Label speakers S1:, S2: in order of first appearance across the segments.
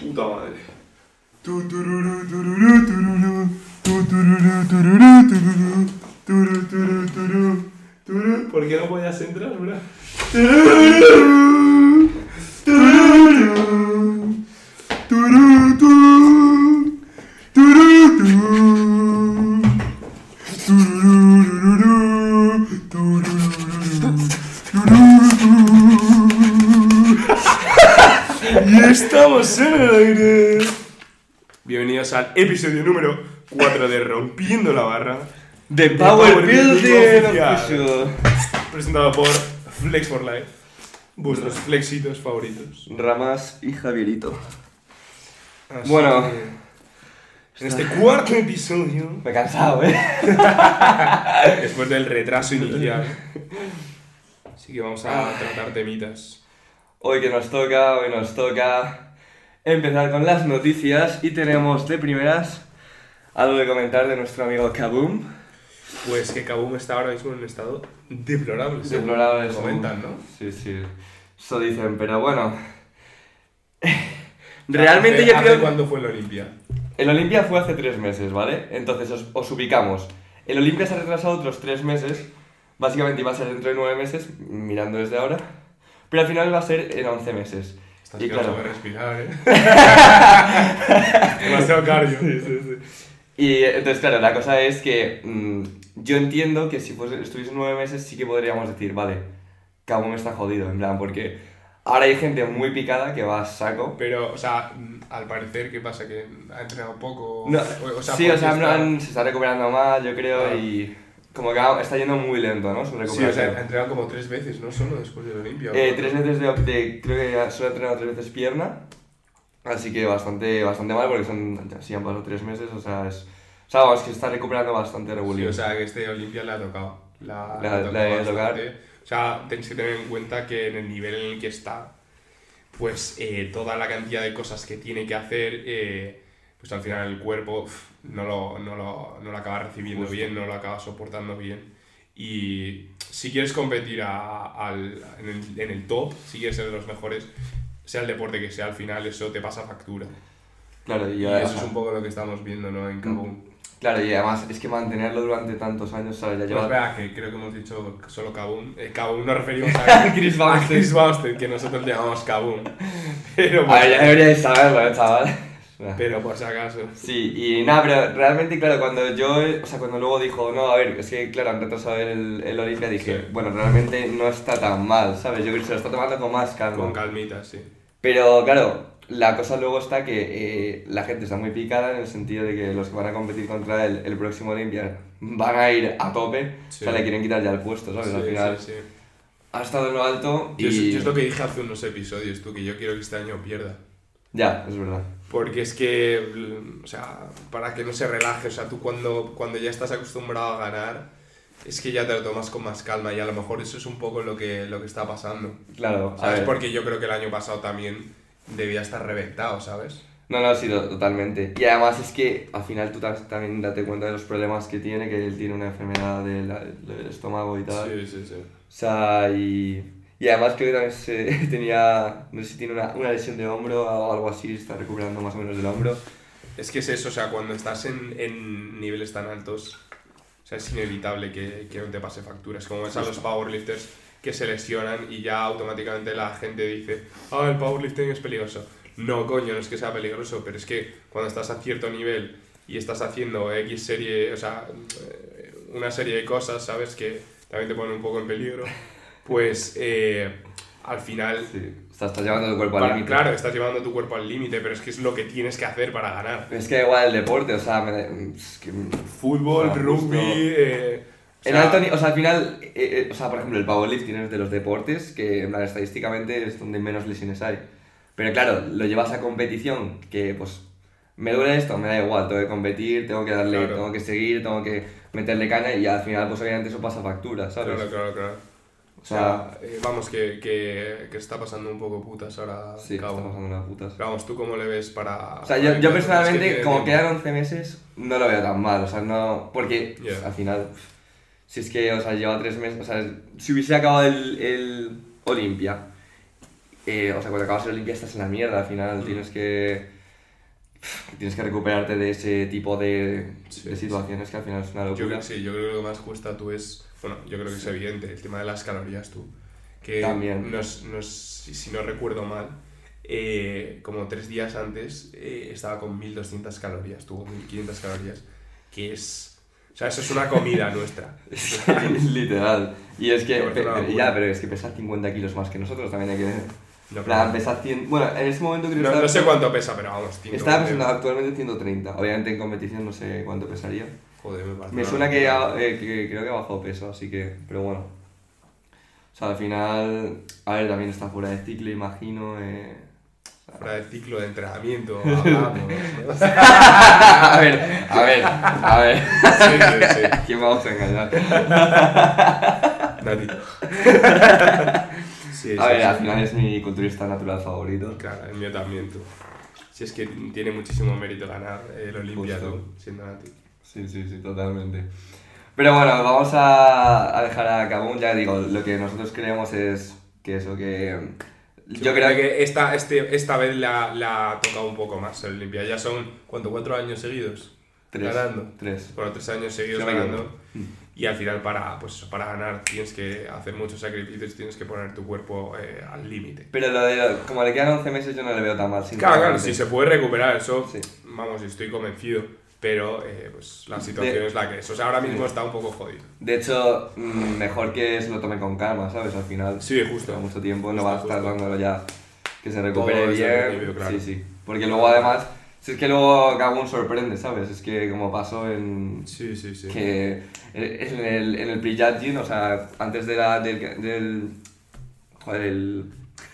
S1: puta madre.
S2: Tu, tururú, tururú, tururú. Tu, tururú, tururú, tururú. Turú, turú, turú, turú.
S1: ¿Por qué no podías entrar, bro?
S2: Tururú, tururú. Turú, turú. Turú, turú. Tururú, tururú. Tururú, tururú. Y estamos en el aire.
S1: Bienvenidos al episodio número 4 de Rompiendo la Barra.
S2: De
S1: Power Building
S2: oficial.
S1: Presentado por Flex for Life. Vuestros flexitos favoritos.
S2: Ramas y Javierito.
S1: Así
S2: Bueno.
S1: que, En este cuarto episodio,
S2: Me he cansado, eh.
S1: después del retraso inicial, así que vamos a tratar temitas.
S2: Hoy que nos toca, hoy nos toca empezar con las noticias y tenemos de primeras algo de comentar de nuestro amigo Kaboom.
S1: Pues que Kabum está ahora mismo en un estado deplorable. según
S2: Deplorable es
S1: Comentan,
S2: un-
S1: ¿no?
S2: Sí, sí. Eso dicen, pero bueno. Realmente yo creo que...
S1: cuando fue la Olimpia?
S2: El Olimpia fue hace tres meses, ¿vale? Entonces os, os ubicamos. El Olimpia se ha retrasado otros tres meses. Básicamente iba a ser dentro de nueve meses, mirando desde ahora. Pero al final va a ser en once meses.
S1: Estás
S2: Y
S1: que no
S2: claro.
S1: sabes respirar, ¿eh? Demasiado cardio. Sí, sí, sí.
S2: Y eh, entonces, claro, la cosa es que mm, yo entiendo que si fuese, estuviese nueve meses sí que podríamos decir, vale, cada uno está jodido, en plan, porque ahora hay gente muy picada que va a saco.
S1: Pero, o sea, mm, al parecer, ¿qué pasa? ¿Que ha entrenado poco?
S2: No,
S1: O- o sea,
S2: sí,
S1: porque
S2: o sea, en
S1: está-
S2: plan, se está recuperando más, yo creo,
S1: Ah.
S2: y como que ha- está yendo muy lento, ¿no? Su
S1: Sí, o
S2: recuperación.
S1: sea, ha entrenado como tres veces, ¿no? Solo después de la Olimpia. ¿o
S2: Eh,
S1: no?
S2: tres veces de, de- creo que ya solo he entrenado tres veces pierna, así que bastante, bastante mal porque son, si han pasado tres meses, o sea, es, o sea, vamos, que está recuperando bastante
S1: Sí,
S2: regular.
S1: o sea, que este Olimpia la ha tocado. La,
S2: La-
S1: ha tocado
S2: la de tocar.
S1: bastante. O sea, tenéis que tener en cuenta que en el nivel en el que está, pues eh, toda la cantidad de cosas que tiene que hacer, eh, pues al final el cuerpo uf, no, lo, no, lo, no lo acaba recibiendo
S2: Justo.
S1: bien, no lo acaba soportando bien. Y si quieres competir a- al- en, el, en el top, si quieres ser de los mejores, sea el deporte que sea, al final eso te pasa factura.
S2: claro, y, Mm.
S1: Y
S2: ya-
S1: eso es un poco lo que estamos viendo ¿no? en Kabum.
S2: claro, y además es que mantenerlo durante tantos años, ¿sabes? Ya
S1: Pues
S2: lleva...
S1: espera, que creo que hemos dicho solo Kabum. Eh, Kabum nos referimos a
S2: Chris
S1: a
S2: Bumstead.
S1: Chris Bumstead, que nosotros llamamos Kabum. Pero,
S2: A ver, ya
S1: por-
S2: deberíais saberlo, ¿eh, chaval.
S1: pero por si acaso.
S2: Sí, y nada, pero realmente, claro, cuando yo, o sea, cuando luego dijo, no, a ver, es que, claro, han retrasado el, el Olimpia, dije,
S1: Sí.
S2: bueno, realmente no está tan mal, ¿sabes? Yo creo que se lo está tomando con más calma.
S1: Con calmita, sí.
S2: Pero claro, la cosa luego está que eh, la gente está muy picada en el sentido de que los que van a competir contra el, el próximo Olimpia van a ir a tope,
S1: Sí.
S2: o sea, le quieren quitar ya el puesto, ¿sabes?
S1: Sí,
S2: Al final
S1: sí, sí.
S2: ha estado en lo alto
S1: Yo,
S2: y...
S1: es, yo es lo que dije hace unos episodios, tú, que yo quiero que este año pierda.
S2: Ya, es verdad.
S1: Porque es que, mm, o sea, para que no se relaje, o sea, tú cuando, cuando ya estás acostumbrado a ganar, es que ya te lo tomas con más calma y a lo mejor eso es un poco lo que, lo que está pasando.
S2: Claro, a
S1: ¿Sabes?
S2: ver.
S1: Porque yo creo que el año pasado también debía estar reventado, ¿sabes?
S2: No, no, sí, to- totalmente. Y además es que al final tú ta- también date cuenta de los problemas que tiene, que él tiene una enfermedad del, del estómago y tal.
S1: Sí, sí, sí.
S2: O sea, y, y además creo que también se, tenía, no sé si tiene una, una lesión de hombro o algo así, está recuperando más o menos del hombro.
S1: Es que es eso, o sea, cuando estás en, en niveles tan altos, o sea, es inevitable que, que no te pase factura. Es como ves a los powerlifters que se lesionan y ya automáticamente la gente dice, ah, el powerlifting es peligroso. No, coño, no es que sea peligroso, pero es que cuando estás a cierto nivel y estás haciendo X serie, o sea, eh, una serie de cosas, ¿sabes? Que también te ponen un poco en peligro, pues eh, al final...
S2: Sí, o sea, estás llevando tu cuerpo al
S1: para-
S2: límite.
S1: claro, estás llevando tu cuerpo al límite, pero es que es lo que tienes que hacer para ganar.
S2: Es que da igual el deporte, o sea, me da- mm, es que-
S1: Fútbol,
S2: Ah,
S1: rugby.
S2: justo.
S1: eh, o
S2: en
S1: sea,
S2: alto ni- o sea, al final, eh, eh, o sea, por ejemplo, el powerlifting es de los deportes que, en plan, estadísticamente es donde menos lesiones hay. Pero claro, lo llevas a competición, que pues, me duele esto, me da igual, tengo que competir, tengo que darle,
S1: Claro.
S2: tengo que seguir, tengo que meterle cana y al final, pues obviamente eso pasa factura, ¿sabes?
S1: Claro, claro, claro.
S2: O
S1: O
S2: sea,
S1: sea, eh, vamos, que, que, que está pasando un poco putas ahora.
S2: sí,
S1: Cabo.
S2: estamos pasando unas putas.
S1: Pero vamos, ¿tú cómo le ves para.?
S2: O sea,
S1: para
S2: yo, yo
S1: el- es
S2: personalmente,
S1: tiene
S2: como
S1: tiempo.
S2: quedan 11 meses, no lo veo tan mal, o sea, no... Porque
S1: Yeah.
S2: al final, si es que, o sea, lleva 3 meses, o sea, si hubiese acabado el, el Olimpia, eh, o sea, cuando acabas el Olimpia estás en la mierda, al final
S1: Mm.
S2: tienes que... tienes que recuperarte de ese tipo de,
S1: Sí,
S2: de situaciones que al final es una
S1: Yo creo
S2: locura.
S1: que sí, yo creo que lo que más cuesta tú es, bueno, yo creo que es evidente, el tema de las calorías tú. Que
S2: También.
S1: Nos, nos- si, si no recuerdo mal, eh, como tres días antes eh, estaba con 1200 calorías, tuvo 1500 calorías, que es... O sea, eso es una comida nuestra.
S2: Literal. Y es que,
S1: Me parece
S2: pe-
S1: una
S2: pe-
S1: locura.
S2: ya, pero es que pesas 50 kilos más que nosotros también hay que ver.
S1: No,
S2: En plan,
S1: pero-
S2: pesas 100 Bueno, en ese momento creo que
S1: no,
S2: estaba-
S1: no sé cuánto pesa, pero vamos, eh, tío.
S2: Estaba pesando actualmente 130. Obviamente en competición no sé cuánto pesaría.
S1: Joder, me parece
S2: Me
S1: una
S2: suena que,
S1: locura.
S2: ha- eh, que creo que ha bajado peso, así que. Pero bueno. O sea, al final. A ver, también está fuera de ciclo, imagino. Eh.
S1: Fuera del ciclo de entrenamiento, hablamos. ¿no? Sí,
S2: a ver, a ver, a ver.
S1: sí, sí.
S2: ¿Quién vamos a engañar?
S1: Nati. Sí,
S2: A
S1: sí,
S2: ver,
S1: sí.
S2: al final es mi culturista natural favorito.
S1: Claro, el mío también, tú. Si es que tiene muchísimo mérito ganar el Olimpia,
S2: Justo.
S1: tú, siendo Nati.
S2: Sí, sí, sí, totalmente. Pero bueno, vamos a, a dejar a Kabum. Ya digo, lo que nosotros creemos es que eso, que. Yo creo que.
S1: esta, este, esta vez la, la ha tocado un poco más el Olimpia. Ya son, ¿cuánto? ¿Cuatro años seguidos?
S2: Tres.
S1: Ganando.
S2: Tres.
S1: Bueno, tres años seguidos
S2: Sí, me Mm.
S1: ganando.
S2: equivoco.
S1: Y al final, para, pues, eso, para ganar, tienes que hacer muchos sacrificios, tienes que poner tu cuerpo eh, al límite.
S2: Pero lo de. Como le quedan 11 meses, yo no le veo tan mal.
S1: Claro, claro,
S2: sinceramente.
S1: si se puede recuperar eso,
S2: Sí.
S1: vamos, estoy convencido. Pero eh, pues, la situación es la que es. O sea, ahora mismo está un poco jodido.
S2: De hecho, mm, mejor que se lo tome con calma, ¿sabes? Al final.
S1: Sí, justo.
S2: Lleva mucho tiempo, no
S1: Justo,
S2: va a estar
S1: justo.
S2: dándolo ya. Que se recupere
S1: desde el
S2: bien.
S1: principio, claro.
S2: Sí, sí. Porque luego, además. Si es que luego Kabum sorprende, ¿sabes? Es que como pasó en.
S1: Sí, sí, sí.
S2: que eh, en el, en el pre-judging, o sea, antes de la, del, del... Joder, el...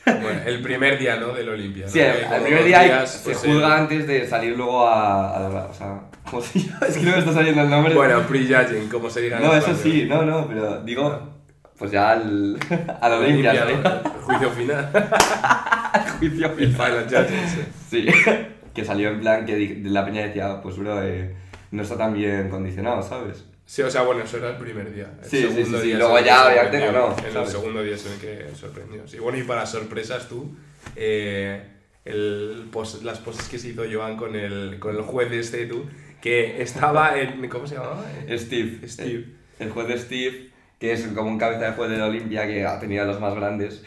S1: Bueno, el primer día, ¿no? Del Olimpia. ¿no?
S2: Sí,
S1: Que
S2: el,
S1: como
S2: el primer
S1: dos
S2: día hay-
S1: días,
S2: se
S1: pues,
S2: juzga
S1: el-
S2: antes de salir luego a, a la- O sea, ¿cómo se llama? Es que no me está saliendo el nombre.
S1: eh, Bueno, pre-judging, como se diga. en
S2: no, eso
S1: España.
S2: sí, no, no, pero digo... Pues ya al... a la Olimpia,
S1: Olimpia,
S2: ¿no?
S1: ¿no? El juicio final.
S2: Juicio
S1: El
S2: final.
S1: final judging, sí.
S2: Sí, que salió en plan que di- la peña decía, pues bro, eh, no está tan bien condicionado, ¿sabes?
S1: Sí, o sea, bueno, eso era el primer día. El
S2: Sí, sí,
S1: segundo
S2: sí, sí,
S1: día es
S2: luego
S1: el que
S2: ya, obviamente,
S1: sorprendió.
S2: ganó,
S1: En el
S2: ¿sabes?
S1: segundo día es el que sorprendió. Sí, bueno, y para sorpresas tú, eh, el pos- las poses que se hizo Joan con el, con el juez este tú, que estaba en... ¿Cómo se llamaba? Eh,
S2: Steve.
S1: Steve.
S2: El, el juez de Steve, que es como un cabeza de juez de la Olimpia que ha tenido a los más grandes.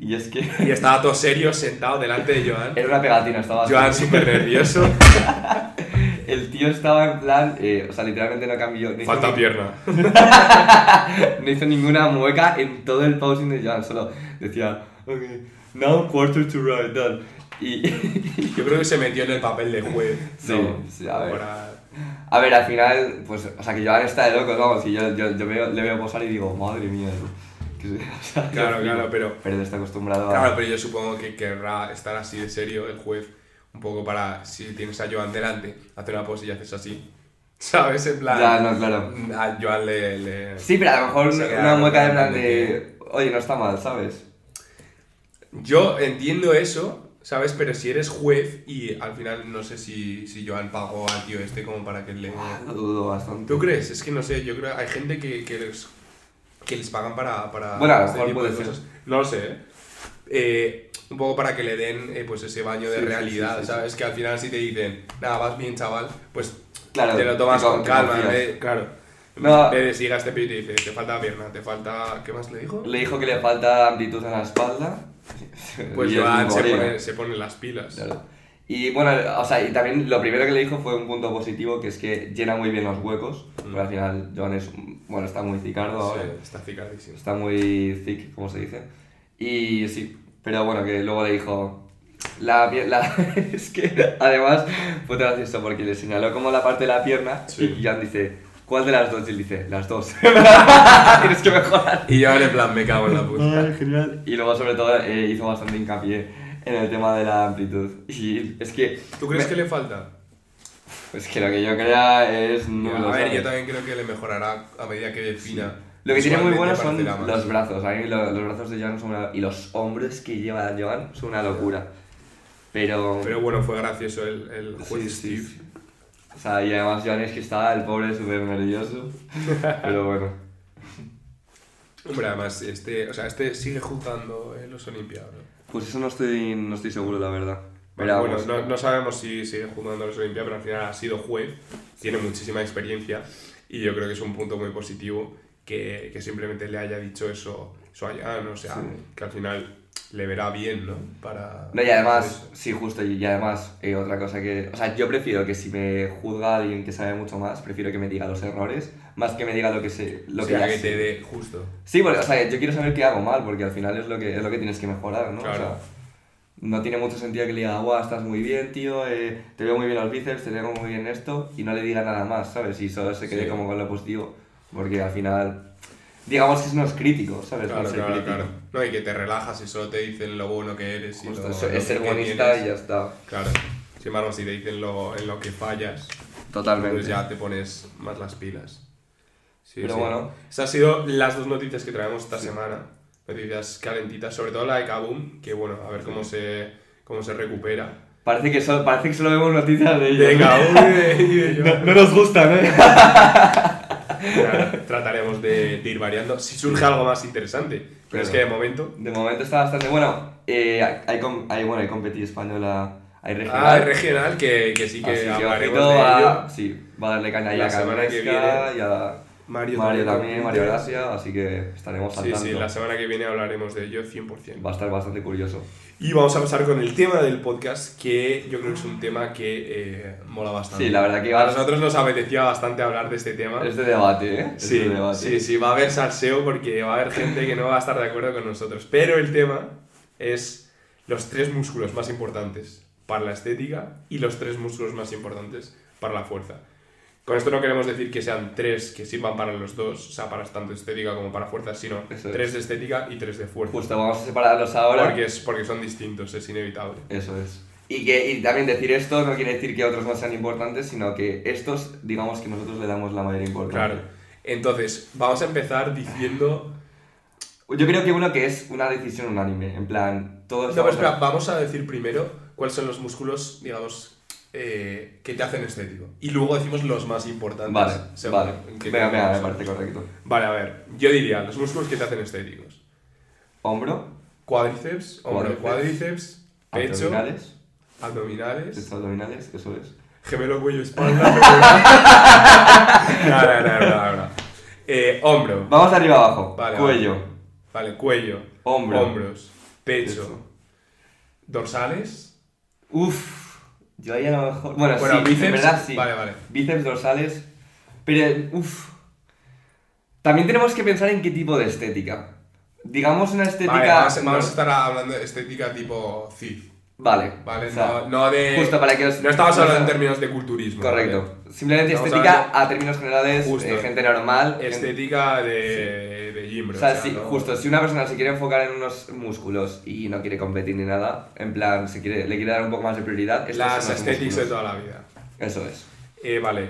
S2: Y es que
S1: Y estaba todo serio, sentado delante de Joan.
S2: era una pegatina, estaba así.
S1: Joan súper nervioso.
S2: El tío estaba en plan, eh, o sea, literalmente no cambió. No hizo
S1: Falta
S2: ni-
S1: pierna.
S2: no hizo ninguna mueca en todo el pausing de Joan, solo decía, ok, now quarter to right, done. Y,
S1: Yo creo que se metió en el papel de juez.
S2: Sí,
S1: ¿no?
S2: sí, a ver.
S1: Para-
S2: a ver, al final, pues, o sea, que Joan está de locos, vamos, y yo, yo, yo veo- le veo posar y digo, madre mía. que se- o sea,
S1: Claro, claro, pero...
S2: Pero está acostumbrado a...
S1: Claro, pero yo supongo que querrá estar así de serio el juez, un poco para, si tienes a Joan delante, hacer una pose y haces así. ¿Sabes? En plan...
S2: Ya, no, claro.
S1: A Joan le... le-
S2: Sí, pero a lo mejor
S1: Se
S2: una
S1: quedaron
S2: mueca de plan
S1: de
S2: de. Oye, no está mal, ¿sabes?
S1: Yo entiendo eso, ¿sabes? Pero si eres juez y al final no sé si, si Joan pagó al tío este como para que le...
S2: Lo Eh, dudo bastante.
S1: ¿Tú crees? Es que no sé, yo creo... Hay gente que, que, les, que les pagan para... para este
S2: Bueno, a lo mejor
S1: tipo de
S2: puede ser.
S1: No lo sé, ¿eh? Eh, un poco para que le den eh, pues ese baño de
S2: Sí, sí,
S1: realidad,
S2: sí, sí,
S1: ¿sabes? Que al final si te dicen, nada, vas bien, chaval, pues
S2: Claro,
S1: te lo tomas
S2: te con-
S1: con
S2: te
S1: calma.
S2: confías.
S1: eh, claro.
S2: No.
S1: Te siga este pito y te dice, te falta pierna, te falta... ¿Qué más le dijo?
S2: Le dijo que le falta amplitud en la espalda.
S1: Pues
S2: Y es
S1: Joan
S2: muy
S1: se
S2: moreno.
S1: pone, se pone las pilas.
S2: Claro. Y bueno, o sea, y también lo primero que le dijo fue un punto positivo, que es que llena muy bien los huecos.
S1: Mm.
S2: Porque al final Joan es. Bueno, está muy cicardo
S1: Sí,
S2: ahora.
S1: está cicadísimo.
S2: Está muy thick, como se dice. Y sí, pero bueno, que luego le dijo. La, pier- la Es que además fue tan gracioso porque le señaló como la parte de la pierna
S1: Sí.
S2: y Jan dice: ¿Cuál de las dos? Y él dice: Las dos. Tienes que mejorar.
S1: Y Joan en plan, me cago en la puta.
S2: genial. Y luego, sobre todo, eh, hizo bastante hincapié en el tema de la amplitud. Y es que.
S1: ¿Tú crees
S2: me-
S1: que le falta?
S2: Pues que lo que yo crea es. nulo,
S1: a ver,
S2: ¿sabes?
S1: yo también creo que le mejorará a medida que defina.
S2: Lo que tiene muy
S1: Visualmente
S2: bueno son
S1: parecerá más.
S2: los brazos. A mí lo- los brazos de Joan son una... Y los hombros que lleva Joan son una locura. Pero...
S1: Pero bueno, fue gracioso el, el
S2: Sí,
S1: juez
S2: sí,
S1: Steve.
S2: sí. O sea, y además Joan es que está el pobre súper nervioso. Pero bueno.
S1: Hombre, además, este, o sea, este sigue juzgando en los Olimpiados.
S2: Pues eso no estoy, no estoy seguro, la verdad. Pero
S1: Bueno,
S2: vamos.
S1: no, no sabemos si sigue jugando en los Olimpia, pero al final ha sido juez, tiene muchísima experiencia y yo creo que es un punto muy positivo que, que simplemente le haya dicho eso, eso a Jan, o sea,
S2: Sí.
S1: que al final le verá bien, ¿no? Para,
S2: No, y además, sí, justo, y y además, eh, otra cosa que. O sea, yo prefiero que si me juzga alguien que sabe mucho más, prefiero que me diga los errores, más que me diga lo que sé. Lo
S1: o sea,
S2: ya
S1: que
S2: sé.
S1: te dé justo.
S2: Sí, porque, o sea, yo quiero saber qué hago mal, porque al final es lo que, es lo que tienes que mejorar, ¿no? O
S1: Claro.
S2: sea, no tiene mucho sentido que le diga, guau, estás muy bien, tío, eh, te veo muy bien los bíceps, te veo muy bien esto, y no le diga nada más, ¿sabes? Y solo se quede
S1: Sí.
S2: como con lo positivo, porque al final, digamos que eso no es crítico, ¿sabes? No
S1: Claro,
S2: ser
S1: claro,
S2: crítico.
S1: claro. No, y que te relajas y solo te dicen lo bueno que eres y
S2: Justo,
S1: lo,
S2: eso
S1: lo
S2: es ser
S1: que
S2: buenista
S1: tienes.
S2: y ya está.
S1: Claro. Sin embargo, si te dicen lo, en lo que fallas,
S2: Totalmente.
S1: Entonces ya te pones más las pilas. Sí,
S2: Pero
S1: sí.
S2: bueno.
S1: Estas han sido las dos noticias que traemos esta semana. Noticias calentitas, sobre todo la de Kaboom, que bueno, a ver cómo se, cómo se recupera.
S2: Parece, que solo, parece que solo vemos noticias de ellos.
S1: De Kaboom y de
S2: No,
S1: Joan.
S2: no nos gustan, ¿eh?
S1: Claro, trataremos de, de ir variando si surge algo más interesante. Pero es que de
S2: Claro.
S1: momento.
S2: De momento está bastante bueno. eh, hay, com- hay, bueno, hay competi española, hay regional.
S1: Ah, regional, que, que sí que
S2: Así que
S1: hablaremos
S2: ojito
S1: de
S2: a-
S1: ello.
S2: Sí, va a darle caña ahí
S1: La
S2: a
S1: semana que
S2: Calvesca
S1: viene.
S2: y a
S1: Mario
S2: Mario,
S1: también,
S2: también, Mario
S1: Pinter.
S2: Gracia, así que estaremos al
S1: Sí,
S2: tanto.
S1: sí, la semana que viene hablaremos de ello 100%.
S2: Va a estar bastante curioso.
S1: Y vamos a pasar con el tema del podcast, que yo creo que es un tema que eh, mola bastante.
S2: Sí, la verdad que
S1: A
S2: va
S1: nosotros nos apetecía bastante hablar de este tema.
S2: es de debate, ¿eh? Es
S1: Sí,
S2: de debate.
S1: sí, sí, va a haber salseo porque va a haber gente que no va a estar de acuerdo con nosotros. Pero el tema es los tres músculos más importantes para la estética y los tres músculos más importantes para la fuerza. Con esto no queremos decir que sean tres que sirvan para los dos, o sea, para tanto estética como para fuerza, sino
S2: Eso es.
S1: tres de estética y tres de fuerza.
S2: Justo, vamos a separarlos ahora.
S1: Porque, es, porque son distintos, es inevitable.
S2: Eso es. Y, que, y también decir esto no quiere decir que otros no sean importantes, sino que estos, digamos que nosotros le damos la mayor importancia.
S1: Claro. Entonces, vamos a empezar diciendo.
S2: Yo creo que uno que es una decisión unánime, en plan, todos...
S1: No, pero
S2: estamos-
S1: espera, vamos a decir primero cuáles son los músculos, digamos, eh, que te hacen estético. Y luego decimos los más importantes.
S2: Vale,
S1: según
S2: vale.
S1: en qué
S2: Venga, venga, me
S1: categorías.
S2: parece correcto.
S1: Vale, a ver, yo diría los músculos que te hacen estéticos:
S2: Hombro,
S1: cuádriceps, hombro, cuádriceps,
S2: Cuádriceps,
S1: pecho, abdominales,
S2: abdominales, pechos abdominales, eso es.
S1: gemelo, cuello, espalda. femur. no, no, no, no, no, no. Eh, hombro,
S2: Vamos de arriba abajo.
S1: Vale,
S2: Cuello,
S1: vale, cuello,
S2: hombro.
S1: hombros, pecho,
S2: Pecho.
S1: dorsales.
S2: Uf, yo ahí a lo mejor. Bueno,
S1: Bueno,
S2: sí,
S1: bíceps.
S2: en verdad sí.
S1: Vale, vale.
S2: Bíceps dorsales. Pero, uff. También tenemos que pensar en qué tipo de estética. Digamos una estética.
S1: Vale, vamos, a-
S2: no-
S1: vamos a estar hablando de estética tipo CIF,
S2: Vale,
S1: ¿vale?
S2: o sea,
S1: no, no de...
S2: justo para que os-
S1: No estamos
S2: no
S1: hablando en
S2: está-
S1: términos de culturismo.
S2: Correcto. Simplemente
S1: Estamos
S2: estética
S1: hablando-
S2: a términos generales,
S1: Justo.
S2: eh, gente normal.
S1: ¿vale?
S2: gente-
S1: Estética de, de gym, bro,
S2: O sea, sí,
S1: no-
S2: justo, si una persona se quiere enfocar en unos músculos y no quiere competir ni nada, en plan, se quiere, le quiere dar un poco más de prioridad, estos
S1: Las
S2: son los
S1: estéticas de
S2: músculos.
S1: toda la vida.
S2: Eso es.
S1: Eh, vale,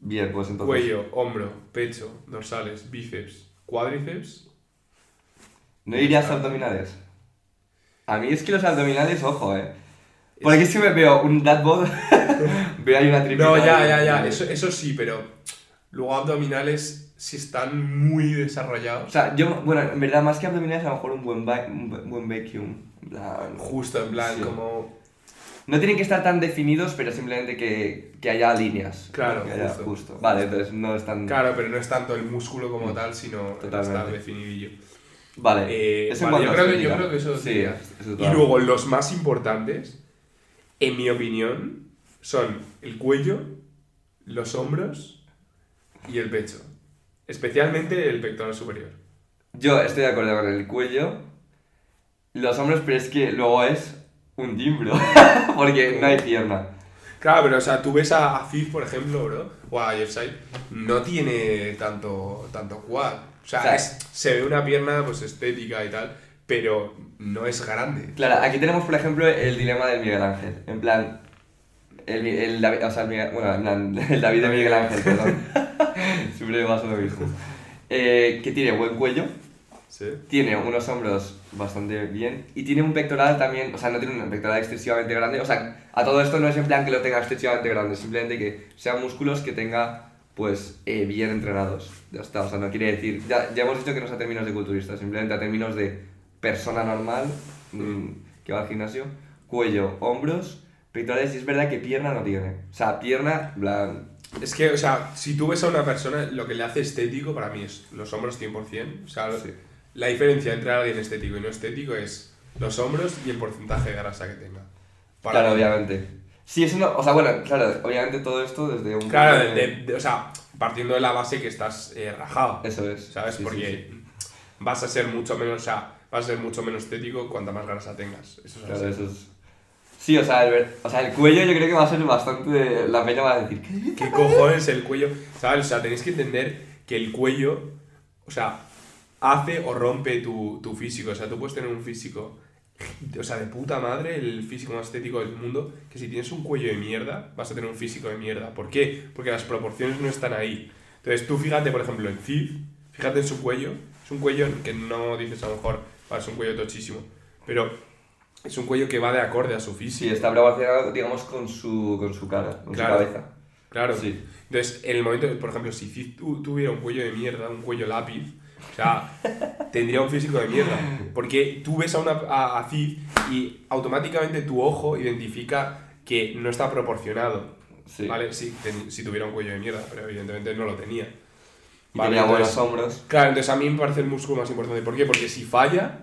S2: Bien, pues entonces.
S1: cuello, hombro, pecho, dorsales, bíceps, cuádriceps.
S2: ¿No irías a abdominales? A mí es que los abdominales, ojo, eh. Porque es que me veo un deadbot, veo ahí una triple.
S1: No, ya, ya, ya, eso, eso sí, pero luego abdominales si están muy
S2: O
S1: desarrollados.
S2: sea, yo, bueno, en verdad, más que abdominales, a lo mejor un buen, va- un bu- buen vacuum. en plan,
S1: Justo, en plan,
S2: Sí.
S1: como...
S2: No tienen que estar tan definidos, pero simplemente que, que haya líneas.
S1: Claro,
S2: que haya
S1: justo.
S2: justo. Vale, entonces no están.
S1: Claro, pero no es tanto el músculo como tal, sino estar
S2: Mm. Totalmente.
S1: definidillo.
S2: Vale,
S1: Eh,
S2: eso en
S1: vale, yo,
S2: cuanto a
S1: creo que, yo
S2: estética.
S1: creo que eso
S2: sí.
S1: sería.
S2: eso
S1: y
S2: total.
S1: luego los más importantes, en mi opinión, son el cuello, los hombros y el pecho. Especialmente el pectoral superior.
S2: Yo estoy de acuerdo con el cuello. Los hombros, pero es que luego es un timbro. porque no hay pierna.
S1: Claro, pero o sea, tú ves a, a Fizz, por ejemplo, bro, o a Jeffside, no tiene tanto, tanto quad. O sea,
S2: O sea,
S1: es- se ve una pierna pues estética y tal, pero no es grande.
S2: Claro, aquí tenemos, por ejemplo, el dilema del Miguel Ángel. En plan. El, el David, o sea, el Miguel- bueno, en plan, el David de Miguel Ángel, perdón. Siempre me pasa lo mismo. Eh, que tiene buen cuello,
S1: ¿Sí?
S2: tiene unos hombros bastante bien y tiene un pectoral también, o sea, no tiene un pectoral excesivamente grande. O sea, a todo esto no es en plan que lo tenga excesivamente grande, simplemente que sean músculos que tenga, pues, eh, bien entrenados. Ya está, o sea, no quiere decir. Ya, ya hemos dicho que no es a términos de culturista, simplemente a términos de persona normal mm, que va al gimnasio, cuello, hombros, pectorales, y es verdad que pierna no tiene. O sea, pierna, en plan,
S1: Es que, o sea, si tú ves a una persona, lo que le hace estético para mí es los hombros 100%. O sea,
S2: Sí.
S1: la diferencia entre alguien estético y no estético es los hombros y el porcentaje de grasa que tenga. Para
S2: claro,
S1: mí.
S2: obviamente. Sí, eso no, o sea, bueno, claro, obviamente todo esto desde un...
S1: Claro,
S2: punto de-
S1: de- de- o sea, partiendo de la base que estás eh, rajado.
S2: Eso es.
S1: ¿Sabes?
S2: Sí, sí,
S1: Porque
S2: sí.
S1: vas a ser mucho menos, o sea, vas a ser mucho menos estético cuanta más grasa tengas. Eso es
S2: Claro,
S1: así.
S2: eso es... Sí, o sea, el, ver- o sea, el cuello yo creo que va a ser bastante... La peña va a decir, ¿qué dices?
S1: ¿Qué cojones el cuello? ¿Sabes? O sea, tenéis que entender que el cuello, o sea, hace o rompe tu, tu físico. O sea, tú puedes tener un físico, o sea, de puta madre, el físico más estético del mundo, que si tienes un cuello de mierda, vas a tener un físico de mierda. ¿Por qué? Porque las proporciones no están ahí. Entonces, tú fíjate, por ejemplo, en Cid, fíjate en su cuello. Es un cuello que no dices a lo mejor, "Vale, es un cuello tochísimo, pero es un cuello que va de acorde a su físico.
S2: Sí, está relacionado, digamos, con su, con su cara, con
S1: Claro.
S2: su cabeza.
S1: Claro.
S2: Sí.
S1: Entonces, en el momento, por ejemplo, si Cid tu- tuviera un cuello de mierda, un cuello lápiz, o sea, tendría un físico de mierda. Porque tú ves a, una, a, a Cid y automáticamente tu ojo identifica que no está proporcionado.
S2: Sí.
S1: ¿Vale? Si, ten- si tuviera un cuello de mierda, pero evidentemente no lo tenía.
S2: Y
S1: Vale,
S2: tenía buenos
S1: entonces-
S2: hombros.
S1: Claro, entonces a mí me parece el músculo más importante. ¿Por qué? Porque si falla,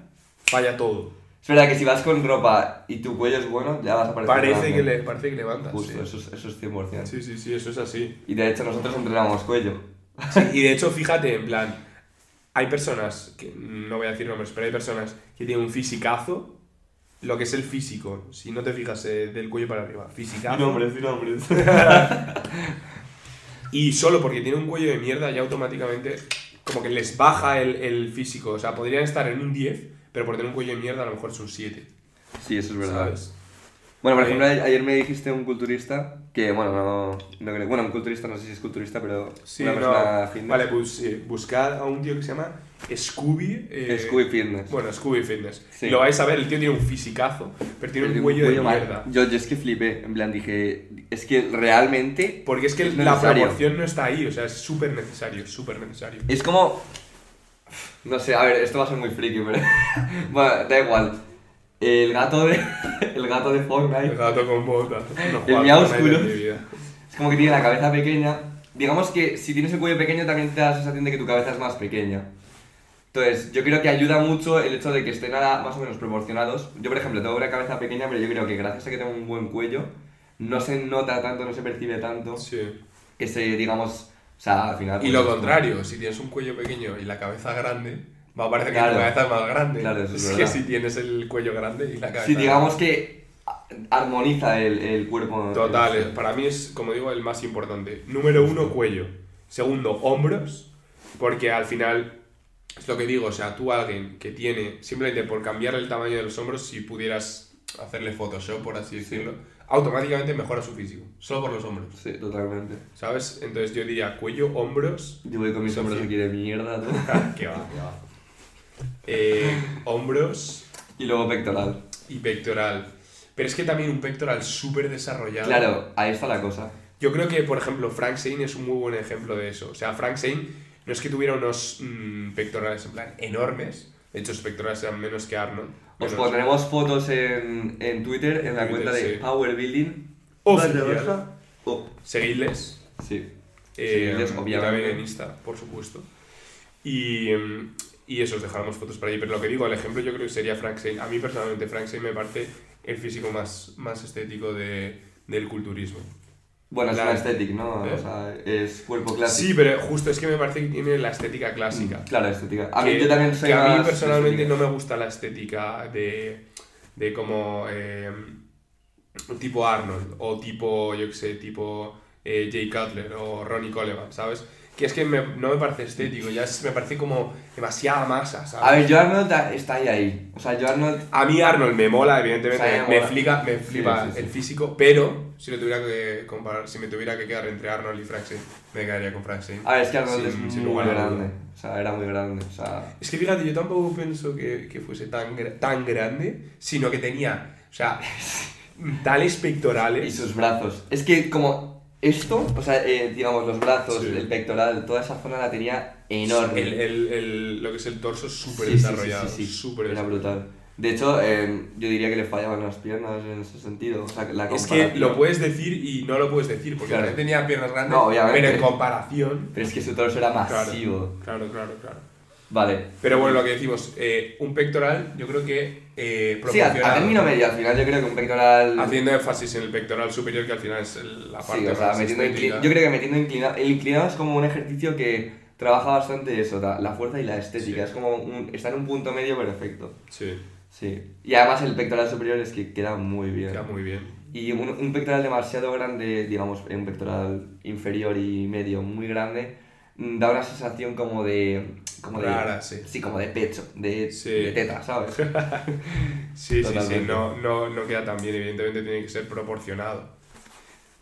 S1: falla todo.
S2: Es verdad que si vas con ropa y tu cuello es bueno, ya vas a parecer
S1: Parece
S2: grande.
S1: que, le, parece que levanta.
S2: Justo,
S1: sí.
S2: eso, es, eso es 100%.
S1: sí, sí, sí, eso es así.
S2: Y de hecho nosotros entrenamos cuello.
S1: Sí, y de hecho, fíjate, en plan, hay personas, que no voy a decir nombres, pero hay personas que tienen un fisicazo, lo que es el físico, si no te fijas eh, del cuello para arriba, fisicazo.
S2: nombres, sin hombres.
S1: Y solo porque tienen un cuello de mierda ya automáticamente como que les baja el, el físico. O sea, podrían estar en un 10, pero por tener un cuello de mierda a lo mejor es un 7.
S2: Sí, eso es verdad.
S1: ¿Sabes?
S2: Bueno, por
S1: Eh,
S2: ejemplo, ayer me dijiste un culturista que, bueno, no, no creo. Bueno, un culturista, no sé si es culturista, pero
S1: Sí,
S2: una
S1: no.
S2: persona fitness.
S1: Vale, pues sí, buscad a un tío que se llama Scooby. eh,
S2: Scooby Fitness.
S1: Bueno, Scooby Fitness.
S2: Sí.
S1: Y Lo vais a ver, el tío tiene un fisicazo, pero tiene un
S2: Pero
S1: cuello de
S2: mal.
S1: mierda.
S2: Yo, yo es que flipé, en plan dije, es que realmente
S1: Porque es que
S2: Es
S1: la
S2: necesario.
S1: proporción no está ahí, o sea, es súper necesario, súper necesario.
S2: Es como. No sé, a ver, esto va a ser muy friki, pero. bueno, da igual. El gato de. El gato de
S1: El
S2: Fortnite.
S1: gato con botas. No
S2: El
S1: juego
S2: miau
S1: al Fortnite en
S2: oscuro.
S1: mi vida.
S2: Es como que tiene la cabeza pequeña. Digamos que si tienes el cuello pequeño también te da la sensación de que tu cabeza es más pequeña. Entonces, yo creo que ayuda mucho el hecho de que estén ahora más o menos proporcionados. Yo, por ejemplo, tengo una cabeza pequeña, pero yo creo que gracias a que tengo un buen cuello, no se nota tanto, no se percibe tanto
S1: Sí.
S2: que se, este, digamos, o sea, al final...
S1: Y
S2: pues,
S1: lo
S2: es como-
S1: contrario, si tienes un cuello pequeño y la cabeza grande, va a parecer que
S2: Claro.
S1: tu cabeza es más grande.
S2: Claro, eso es
S1: que
S2: verdad.
S1: si tienes el cuello grande y la cabeza.
S2: Sí, digamos que a- armoniza el, el cuerpo.
S1: Total, eh, para mí es, como digo, el más importante. Número uno, cuello. Segundo, hombros, porque al final es lo que digo, o sea, tú alguien que tiene, simplemente por cambiar el tamaño de los hombros, si pudieras hacerle Photoshop, por así decirlo, automáticamente mejora su físico, solo por los hombros,
S2: Sí, totalmente.
S1: ¿sabes? Entonces yo diría cuello, hombros,
S2: Yo voy con mis
S1: Sí,
S2: hombros
S1: sí.
S2: aquí de mierda, tú.
S1: que va, que va. Eh, hombros
S2: Y luego pectoral.
S1: y pectoral. Pero es que también un pectoral súper desarrollado.
S2: Claro, ahí está la cosa.
S1: Yo creo que, por ejemplo, Frank Zane es un muy buen ejemplo de eso. O sea, Frank Zane no es que tuviera unos mm, pectorales en plan enormes. De hecho, sus pectorales eran menos que Arnold.
S2: Os
S1: Menos-
S2: pondremos fotos en, en Twitter, en la
S1: Twitter,
S2: cuenta de
S1: sí.
S2: Power Building.
S1: Oficial.
S2: Barra baja. Oh,
S1: Seguidles.
S2: Sí.
S1: eh,
S2: Seguidles,
S1: y
S2: obviamente.
S1: También en Insta, por supuesto. Y, mm, y eso, os dejaremos fotos por ahí. Pero lo que digo, el ejemplo yo creo que sería Frank Zane. A mí personalmente, Frank Zane me parece el físico más, más estético de- del culturismo.
S2: Bueno, es
S1: La-
S2: una estética, ¿no?
S1: ¿Eh?
S2: O sea, es cuerpo clásico. Mm,
S1: Sí, pero justo es que me parece que tiene la estética clásica.
S2: Claro, estética. A mí
S1: que-
S2: yo también soy
S1: que a mí
S2: más
S1: personalmente
S2: estética.
S1: no me gusta la estética de, de como eh, tipo Arnold o tipo, yo qué sé, tipo eh, Jay Cutler o Ronnie Coleman, ¿sabes? Que es que me- no me parece estético, ya es- me parece como demasiada masa, ¿sabes?
S2: A ver, yo Arnold da- está ahí, ahí. O sea, yo Arnold...
S1: A mí Arnold me mola, evidentemente,
S2: O sea, me
S1: me,
S2: mola.
S1: flipa, me flipa
S2: sí, sí.
S1: el físico, pero si lo tuviera que comparar, si me tuviera que quedar entre Arnold y Frank Zane, me quedaría con Frank Zane.
S2: A ver, Ah, es que Arnold
S1: Sin-
S2: es
S1: sin
S2: muy
S1: lugar a duda.
S2: grande. O sea, era muy grande. O sea...
S1: Es que fíjate, yo tampoco pienso que, que fuese tan, gra- tan grande, sino que tenía, o sea, tales
S2: Y
S1: pectorales.
S2: sus brazos. Es que como esto, o sea, eh, digamos, los brazos,
S1: Sí.
S2: el pectoral, toda esa zona la tenía
S1: El,
S2: enorme.
S1: el- el- lo que es el torso súper
S2: Sí, sí, sí,
S1: desarrollado.
S2: sí, sí.
S1: súper
S2: Era
S1: desarrollado.
S2: brutal. De hecho, eh, yo diría que le fallaban las piernas en ese sentido. O sea, que la
S1: Es que
S2: comparación-
S1: lo puedes decir y no lo puedes decir, porque
S2: Claro.
S1: también tenía piernas grandes,
S2: No, obviamente.
S1: pero en comparación...
S2: Pero es que su torso era
S1: Claro,
S2: masivo.
S1: claro, claro, claro.
S2: Vale.
S1: Pero bueno, lo que decimos, eh, un pectoral yo creo que eh,
S2: Sí, a,
S1: proporciona...
S2: a término medio, al final yo creo que un pectoral...
S1: Haciendo énfasis en el pectoral superior, que al final es el- la parte
S2: Sí, o sea,
S1: más
S2: metiendo incli-
S1: estética.
S2: yo creo que metiendo inclinado. El inclinado es como un ejercicio que trabaja bastante eso, la, la fuerza y la estética.
S1: Sí.
S2: Es como un, está en un punto medio perfecto.
S1: Sí,
S2: Sí. Y además el pectoral superior es que queda muy bien.
S1: queda muy bien.
S2: Y un, un pectoral demasiado grande, digamos, un pectoral inferior y medio muy grande, mm, da una sensación como de. Como de
S1: Rara, sí.
S2: Sí, como de pecho, de,
S1: Sí.
S2: de teta, ¿sabes?
S1: Sí, sí, sí,
S2: Totalmente.
S1: no, no, no queda tan bien, evidentemente tiene que ser proporcionado.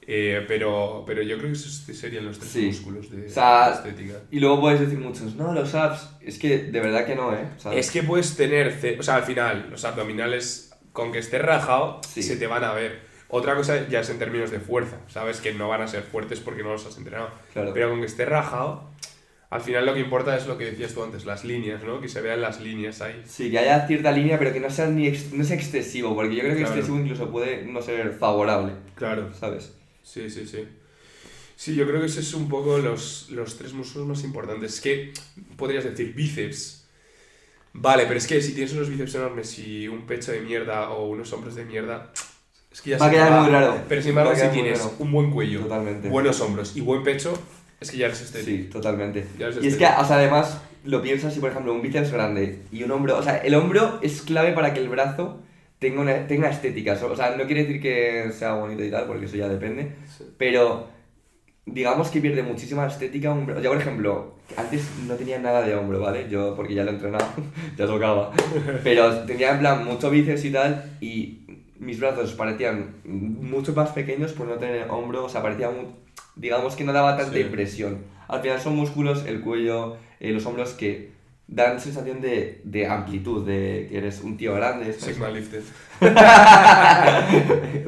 S1: Eh, pero, pero yo creo que esos serían los tres
S2: Sí.
S1: músculos de
S2: O sea,
S1: de estética.
S2: Y luego puedes decir muchos, no, los abs. Es que de verdad que no, ¿eh? ¿Sabes?
S1: Es que puedes tener, ce- o sea, al final, los abdominales, con que estés rajado,
S2: Sí.
S1: se te van a ver. Otra cosa ya es en términos de fuerza, sabes que no van a ser fuertes porque no los has entrenado.
S2: Claro.
S1: Pero con que estés rajado, al final lo que importa es lo que decías tú antes, las líneas, ¿no? Que se vean las líneas ahí.
S2: Sí, que haya cierta línea, pero que no sea, ni ex- no sea excesivo, porque yo creo que
S1: Claro.
S2: excesivo incluso puede no ser favorable,
S1: Claro.
S2: ¿sabes?
S1: Sí, sí, sí. Sí, yo creo que ese es un poco los, los tres músculos más importantes. Es que podrías decir bíceps. Vale, pero es que si tienes unos bíceps enormes y un pecho de mierda o unos hombros de mierda, es que ya
S2: Va a
S1: se
S2: quedar
S1: acaba.
S2: muy raro.
S1: Pero sin embargo,
S2: Va a
S1: si
S2: quedar muy
S1: tienes
S2: raro.
S1: un buen cuello,
S2: Totalmente.
S1: buenos hombros y buen pecho, es que ya eres estético.
S2: Sí, totalmente.
S1: Ya es
S2: Y es que, o sea, además, lo piensas si, por ejemplo, un bíceps grande y un hombro... O sea, el hombro es clave para que el brazo tenga, una, tenga estética. O sea, no quiere decir que sea bonito y tal, porque eso ya depende,
S1: Sí.
S2: pero digamos que pierde muchísima estética un brazo. Yo, por ejemplo, antes no tenía nada de hombro, ¿vale? Yo, porque ya lo he entrenado, ya tocaba. Pero tenía, en plan, mucho bíceps y tal, y mis brazos parecían mucho más pequeños por no tener hombro, o sea, parecía mu- digamos que no daba tanta
S1: Sí.
S2: impresión. Al final son músculos, el cuello, eh, los hombros que dan sensación de, de amplitud, de que eres un tío grande. ¿sabes?
S1: Sigma lifted.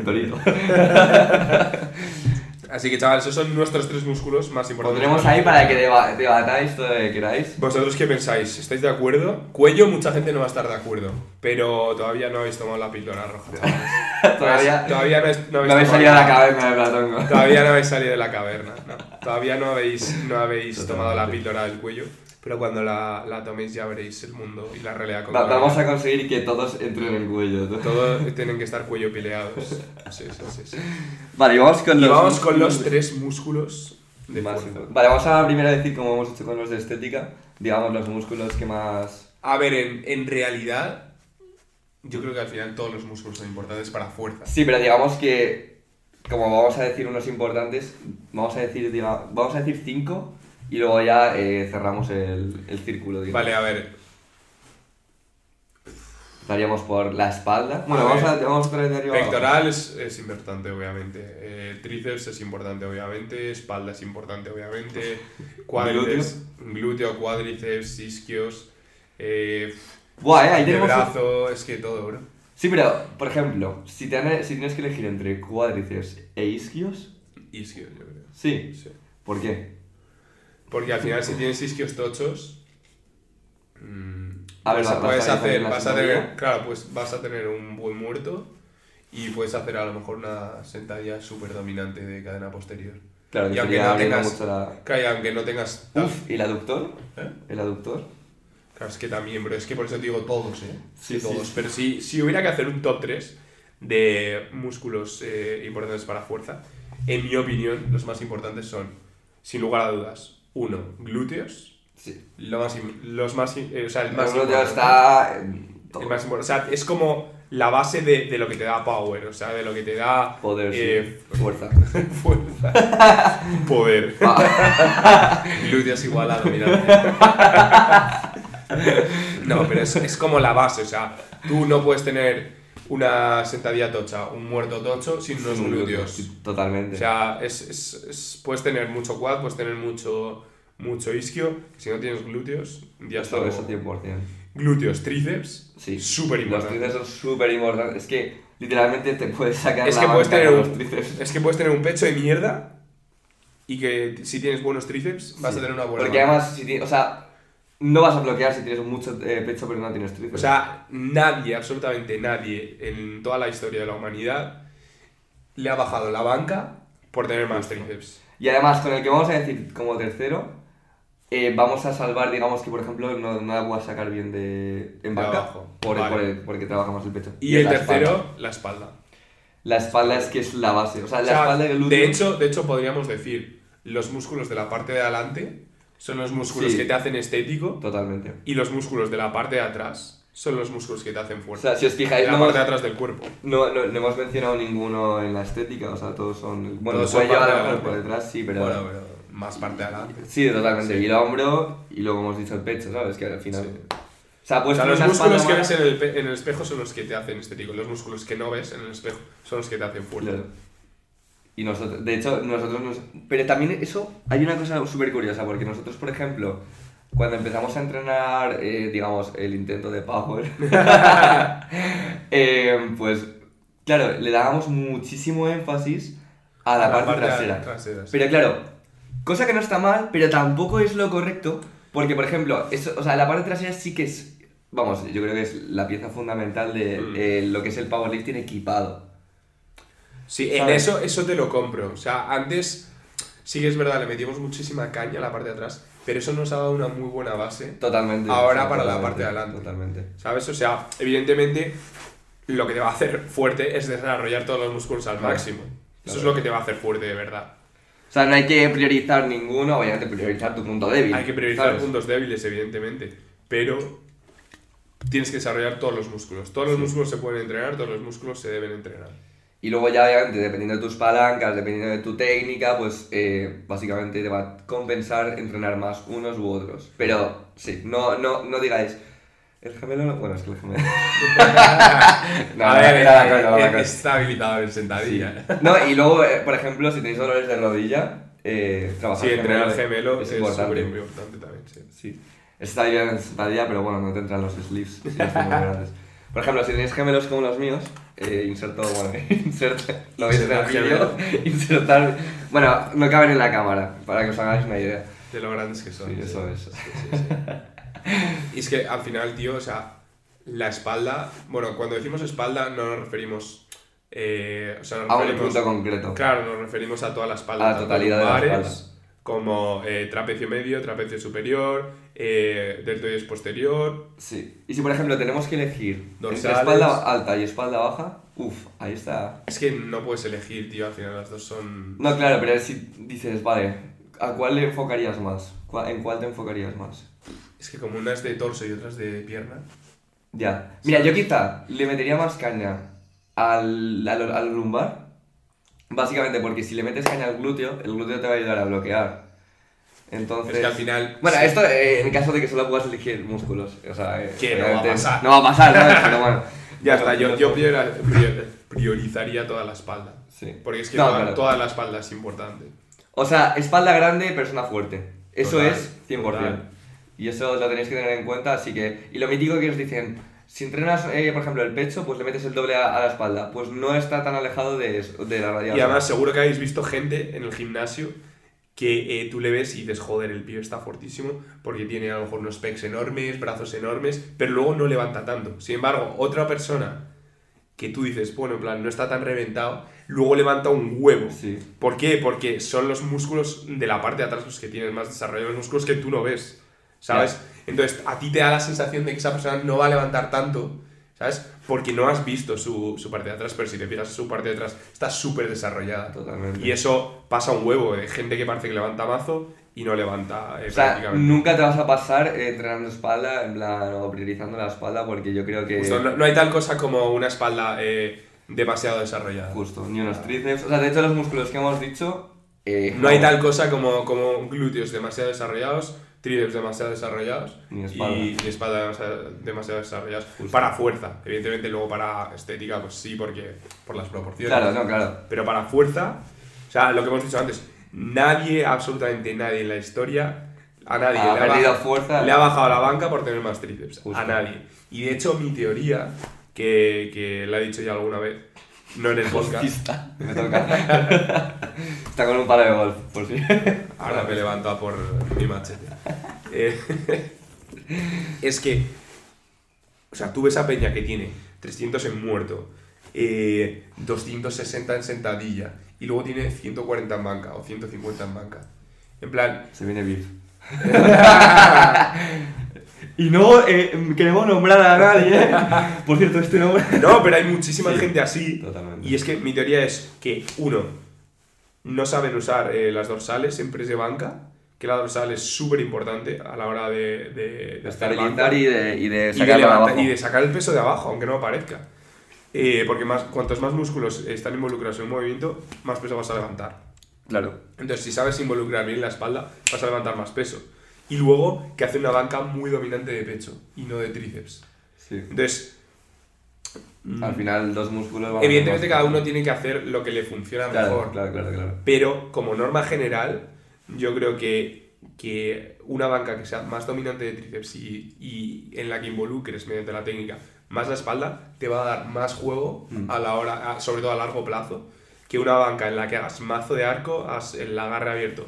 S2: Dorito.
S1: Así que, chavales, esos son nuestros tres músculos más
S2: Lo
S1: importantes.
S2: tenemos ahí para que deba- debatáis todo lo que queráis.
S1: ¿Vosotros qué pensáis? ¿Estáis de acuerdo? Cuello, mucha gente no va a estar de acuerdo, pero todavía no habéis tomado la píldora roja. chavales.
S2: Todavía
S1: todavía no, es- no
S2: no habéis salido a la
S1: tomado-
S2: cabeza de Platón.
S1: Todavía no habéis salido de la caverna. no. Todavía no habéis, no habéis tomado la píldora del cuello. Pero cuando la, la toméis ya veréis el mundo y la realidad. con
S2: Va-
S1: la
S2: vamos
S1: que-
S2: a conseguir que todos entren en el cuello. ¿no?
S1: Todos tienen que estar cuello pileados. Sí, sí, sí, sí.
S2: Vale, y vamos con
S1: Y
S2: los.
S1: vamos con los tres músculos de
S2: más
S1: fuerza.
S2: importantes. Vale, vamos a primero decir como hemos hecho con los de estética. Digamos los músculos que más.
S1: A ver, en, en realidad, yo creo que al final todos los músculos son importantes para fuerza.
S2: Sí, pero digamos que. Como vamos a decir unos importantes, vamos a decir, diga, vamos a decir cinco y luego ya eh, cerramos el, el círculo. Digamos.
S1: Vale, a ver.
S2: Daríamos por la espalda. Bueno,
S1: A
S2: vamos
S1: ver.
S2: a, vamos otra vez de arriba. abajo.
S1: Pectoral es, es importante, obviamente. Eh, tríceps es importante, obviamente. Espalda es importante, obviamente. Cuádriceps, glúteo, cuádriceps, isquios. Eh,
S2: Buah, eh, ahí
S1: de
S2: tenemos.
S1: brazo, es que todo, bro.
S2: Sí, pero, por ejemplo, si, te han- si tienes que elegir entre cuádriceps e isquios,
S1: Isquios, yo creo.
S2: sí.
S1: Sí.
S2: ¿Por qué?
S1: Porque al final, si tienes isquios tochos. mm,
S2: A ver,
S1: vas
S2: va- vas
S1: puedes
S2: a ir
S1: hacer.
S2: poniendo la
S1: Vas a tener,
S2: sentadilla.
S1: claro, pues vas a tener un buen muerto. Y puedes hacer a lo mejor una sentadilla súper dominante de cadena posterior.
S2: Claro,
S1: Y
S2: que
S1: aunque
S2: sería
S1: no
S2: abriendo
S1: tengas-
S2: mucho la...
S1: Claro, y aunque no tengas. tan-
S2: Uf, ¿y el aductor?
S1: ¿Eh?
S2: ¿El aductor?
S1: Claro, es que también, pero es que por eso te digo todos, ¿eh?
S2: Sí, sí,
S1: todos.
S2: sí.
S1: Pero si, si hubiera que hacer un top 3 de músculos eh, importantes para fuerza, en mi opinión, los más importantes son, sin lugar a dudas, uno, glúteos,
S2: Sí.
S1: lo más im- los más, im- eh, o sea, el
S2: El
S1: más
S2: glúteo
S1: importante.
S2: está... en todo.
S1: El más importante. O sea, es como la base de, de lo que te da power, o sea, de lo que te da
S2: Poder, sí.
S1: eh,
S2: Fuerza.
S1: fuerza, poder.
S2: Va,
S1: Glúteos igual a dominante. no, pero es, es como la base, o sea, tú no puedes tener una sentadilla tocha, un muerto tocho sin unos
S2: un glúteo,
S1: glúteos.
S2: sí, Totalmente.
S1: O sea, es, es- es- puedes tener mucho quad, puedes tener mucho, mucho isquio, si no tienes glúteos, ya está.
S2: Eso, eso 100%.
S1: Glúteos, tríceps,
S2: Sí.
S1: súper
S2: Los
S1: importante.
S2: tríceps son súper importantes. Es que literalmente te puedes sacar
S1: Es
S2: la
S1: que puedes
S2: banca
S1: tener
S2: con
S1: un-
S2: los tríceps.
S1: Es que puedes tener un pecho de mierda y que si tienes buenos tríceps vas
S2: Sí.
S1: a tener una buena...
S2: Porque
S1: mano.
S2: además, si ti- o sea, no vas a bloquear si tienes mucho eh, pecho pero no tienes tríceps.
S1: O sea, nadie, absolutamente nadie en toda la historia de la humanidad le ha bajado la banca por tener más tríceps.
S2: Y además, con el que vamos a decir como tercero, eh, vamos a salvar, digamos que por ejemplo, no, no la voy a sacar bien de, en
S1: De
S2: banca,
S1: abajo.
S2: por,
S1: Vale.
S2: por el- porque trabaja más el pecho.
S1: Y el
S2: la
S1: tercero,
S2: espalda.
S1: la espalda.
S2: La espalda es que es la base, o sea,
S1: O
S2: la
S1: sea,
S2: espalda y el glúteo.
S1: de, hecho, de hecho, podríamos decir, los músculos de la parte de adelante son los músculos
S2: Sí.
S1: que te hacen estético
S2: Totalmente.
S1: y los músculos de la parte de atrás son los músculos que te hacen
S2: O
S1: fuerte.
S2: sea, si os fijáis,
S1: la
S2: no,
S1: parte de
S2: hemos-
S1: atrás del cuerpo.
S2: no, no- no hemos mencionado ninguno en la estética, o sea, todos son... Bueno,
S1: Todos
S2: el cuello
S1: son
S2: a lo
S1: parte
S2: mejor
S1: de
S2: por
S1: la-
S2: detrás, sí, pero...
S1: Bueno, pero más parte de adelante.
S2: Sí, totalmente. Y el hombro y luego hemos dicho el pecho, ¿sabes? Que al final...
S1: Sí.
S2: O sea,
S1: O
S2: pues
S1: sea, los
S2: una espalda
S1: músculos que
S2: más-
S1: ves en el, pe- en el espejo son los que te hacen estético. Los músculos que no ves en el espejo son los que te hacen fuerte.
S2: Claro. Pues Y nosotros, de hecho, nosotros nos... Pero también eso, hay una cosa súper curiosa, porque nosotros, por ejemplo, cuando empezamos a entrenar, eh, digamos, el intento de Power, eh, pues, claro, le dábamos muchísimo énfasis a la, parte, trasera.
S1: trasera, sí.
S2: Pero claro, cosa que no está mal, pero tampoco es lo correcto, porque, por ejemplo, eso, o sea, la parte trasera sí que es, vamos, yo creo que es la pieza fundamental de
S1: Mm.
S2: eh, lo que es el powerlifting equipado.
S1: Sí, en
S2: ¿Sabes?
S1: eso, eso te lo compro. O sea, antes sí que es verdad, le metimos muchísima caña a la parte de atrás, pero eso nos ha dado una muy buena base,
S2: Totalmente.
S1: Ahora
S2: o sea,
S1: para la
S2: totalmente,
S1: parte de adelante.
S2: Totalmente.
S1: ¿sabes? O sea, evidentemente lo que te va a hacer fuerte es desarrollar todos los músculos al
S2: Claro.
S1: máximo. Eso
S2: Claro.
S1: es lo que te va a hacer fuerte de verdad.
S2: O sea, no hay que priorizar ninguno, obviamente priorizar tu punto débil.
S1: Hay que priorizar
S2: ¿sabes?
S1: puntos débiles, evidentemente, pero tienes que desarrollar todos los músculos. Todos los músculos se pueden entrenar, todos los músculos se deben entrenar.
S2: Y luego ya, obviamente, dependiendo de tus palancas, dependiendo de tu técnica, pues eh, básicamente te va a compensar entrenar más unos u otros. Pero sí, no, no, no digáis... El gemelo no... Bueno, es que el gemelo... No,
S1: a
S2: no,
S1: ver,
S2: era la
S1: eh,
S2: coña, era la
S1: eh,
S2: coña.
S1: está habilitado en
S2: Sí.
S1: sentadilla.
S2: No, y luego, eh, por ejemplo, si tenéis dolores de rodilla, eh, trabajar
S1: Sí, entrenar
S2: gemelo
S1: gemelo es súper importante también, sí.
S2: Sí. Está bien en sentadilla, pero bueno, no te entran los sleeves. si los tengo muy grandes. Por ejemplo, si tenéis gemelos como los míos, eh, inserto, bueno, inserto, lo veis en el
S1: Insertar
S2: vídeo, insertar, bueno, no caben en la cámara, para que os hagáis una idea.
S1: De lo grandes que son.
S2: Sí, eso es.
S1: sí, sí. y es que al final, tío, o sea, la espalda. Bueno, cuando decimos espalda no nos referimos. eh, o sea, nos
S2: A un
S1: referimos.
S2: punto concreto.
S1: Claro, nos referimos a toda la espalda.
S2: A la
S1: tanto
S2: totalidad de la
S1: lumbares
S2: espalda.
S1: Como eh, trapecio medio, trapecio superior, eh, deltoides posterior.
S2: Sí. Y si, por ejemplo, tenemos que elegir entre
S1: Dorsales.
S2: espalda alta y espalda baja, uff, ahí está.
S1: Es que no puedes elegir, tío, al final las dos son.
S2: No, claro, pero si dices, vale, ¿a cuál le enfocarías más? ¿Cuá- ¿En cuál te enfocarías más?
S1: Es que como una es de torso y otra es de pierna.
S2: Ya. Mira, yo quizá le metería más caña al, al, al lumbar. Básicamente porque si le metes caña al glúteo, el glúteo te va a ayudar a bloquear. Entonces...
S1: Es que al final.
S2: Bueno, esto eh, en caso de que solo puedas elegir músculos. O sea, eh,
S1: Que no va a
S2: obviamente
S1: pasar.
S2: No va a pasar, ¿sabes? Pero bueno.
S1: Ya está, yo, yo priora- prior- priorizaría toda la espalda.
S2: Sí.
S1: Porque es que
S2: No,
S1: toda,
S2: claro.
S1: toda la espalda es importante.
S2: O sea, espalda grande, persona fuerte. Eso
S1: Total,
S2: es 100%.
S1: total.
S2: Y eso lo tenéis que tener en cuenta, así que... Y lo mítico que os dicen, si entrenas, eh, por ejemplo, el pecho, pues le metes el doble a, a la espalda. Pues no está tan alejado de, eso- de la radial.
S1: Y además seguro que habéis visto gente en el gimnasio que eh, tú le ves y dices, joder, el pío está fortísimo porque tiene a lo mejor unos pecs enormes, brazos enormes, pero luego no levanta tanto. Sin embargo, otra persona que tú dices, bueno, en plan, no está tan reventado, luego levanta un huevo.
S2: Sí.
S1: ¿Por qué? Porque son los músculos de la parte de atrás los que tienes más desarrollados, los músculos que tú no ves, ¿sabes? Entonces, a ti te da la sensación de que esa persona no va a levantar tanto, ¿sabes? Porque no has visto su, su parte de atrás, pero si te fijas su parte de atrás, está súper desarrollada.
S2: Totalmente.
S1: Y eso pasa un huevo de gente que parece que levanta mazo y no levanta eh,
S2: O sea,
S1: prácticamente.
S2: nunca te vas a pasar eh, entrenando espalda, en plan, o priorizando la espalda, porque yo creo que...
S1: Justo, no, no hay tal cosa como una espalda eh, demasiado desarrollada.
S2: Justo, ni unos tríceps. O sea, de hecho, los músculos que hemos dicho... eh,
S1: No hay
S2: jamás.
S1: tal cosa como, como glúteos demasiado desarrollados, tríceps demasiado desarrollados
S2: Ni espalda.
S1: y y espalda demasiado, demasiado desarrolladas
S2: Justo.
S1: para fuerza. Evidentemente luego para estética, pues sí, porque por las proporciones.
S2: Claro, no, claro.
S1: Pero para fuerza, o sea, lo que hemos dicho antes, nadie, absolutamente nadie en la historia, a nadie
S2: Ha
S1: le, ha
S2: perdido
S1: baj-
S2: fuerza.
S1: le ha bajado la banca por tener más tríceps.
S2: Justo.
S1: A nadie. Y de hecho mi teoría, que, que la he dicho ya alguna vez, no en el podcast,
S2: Pista. Me toca. Está con un palo de golf, por si.
S1: Ahora me levanto a por mi machete. Eh, es que, o sea, tú ves a Peña que tiene 300 en muerto, eh, 260 en sentadilla y luego tiene 140 en banca o 150 en banca. En plan,
S2: Se viene beef. y no eh, queremos nombrar a nadie. ¿eh? Por cierto, este nombre.
S1: no, pero hay muchísima gente así.
S2: Totalmente.
S1: Y es que mi teoría es que, uno, no saben usar eh, las dorsales en press de banca, que la dorsal es súper importante a la hora de, de, de
S2: de
S1: hacer banca.
S2: estabilizar y de, y de
S1: Y de
S2: sacarlo
S1: levantar-
S2: abajo.
S1: y de sacar el peso de abajo, aunque no parezca. Eh, porque más, cuantos más músculos están involucrados en un movimiento, más peso vas a levantar.
S2: Claro.
S1: Entonces, si sabes involucrar bien la espalda, vas a levantar más peso. Y luego, que hace una banca muy dominante de pecho y no de tríceps.
S2: Sí.
S1: Entonces, mm,
S2: Al final, dos músculos van a
S1: evidentemente
S2: hacer
S1: cada
S2: más.
S1: uno tiene que hacer lo que le funciona mejor.
S2: Claro, claro, claro, claro.
S1: Pero como norma general, yo creo que, que una banca que sea más dominante de tríceps y, y en la que involucres mediante la técnica más la espalda, te va a dar más juego
S2: Mm.
S1: a la hora, a- sobre todo a largo plazo, que una banca en la que hagas mazo de arco, haz el agarre abierto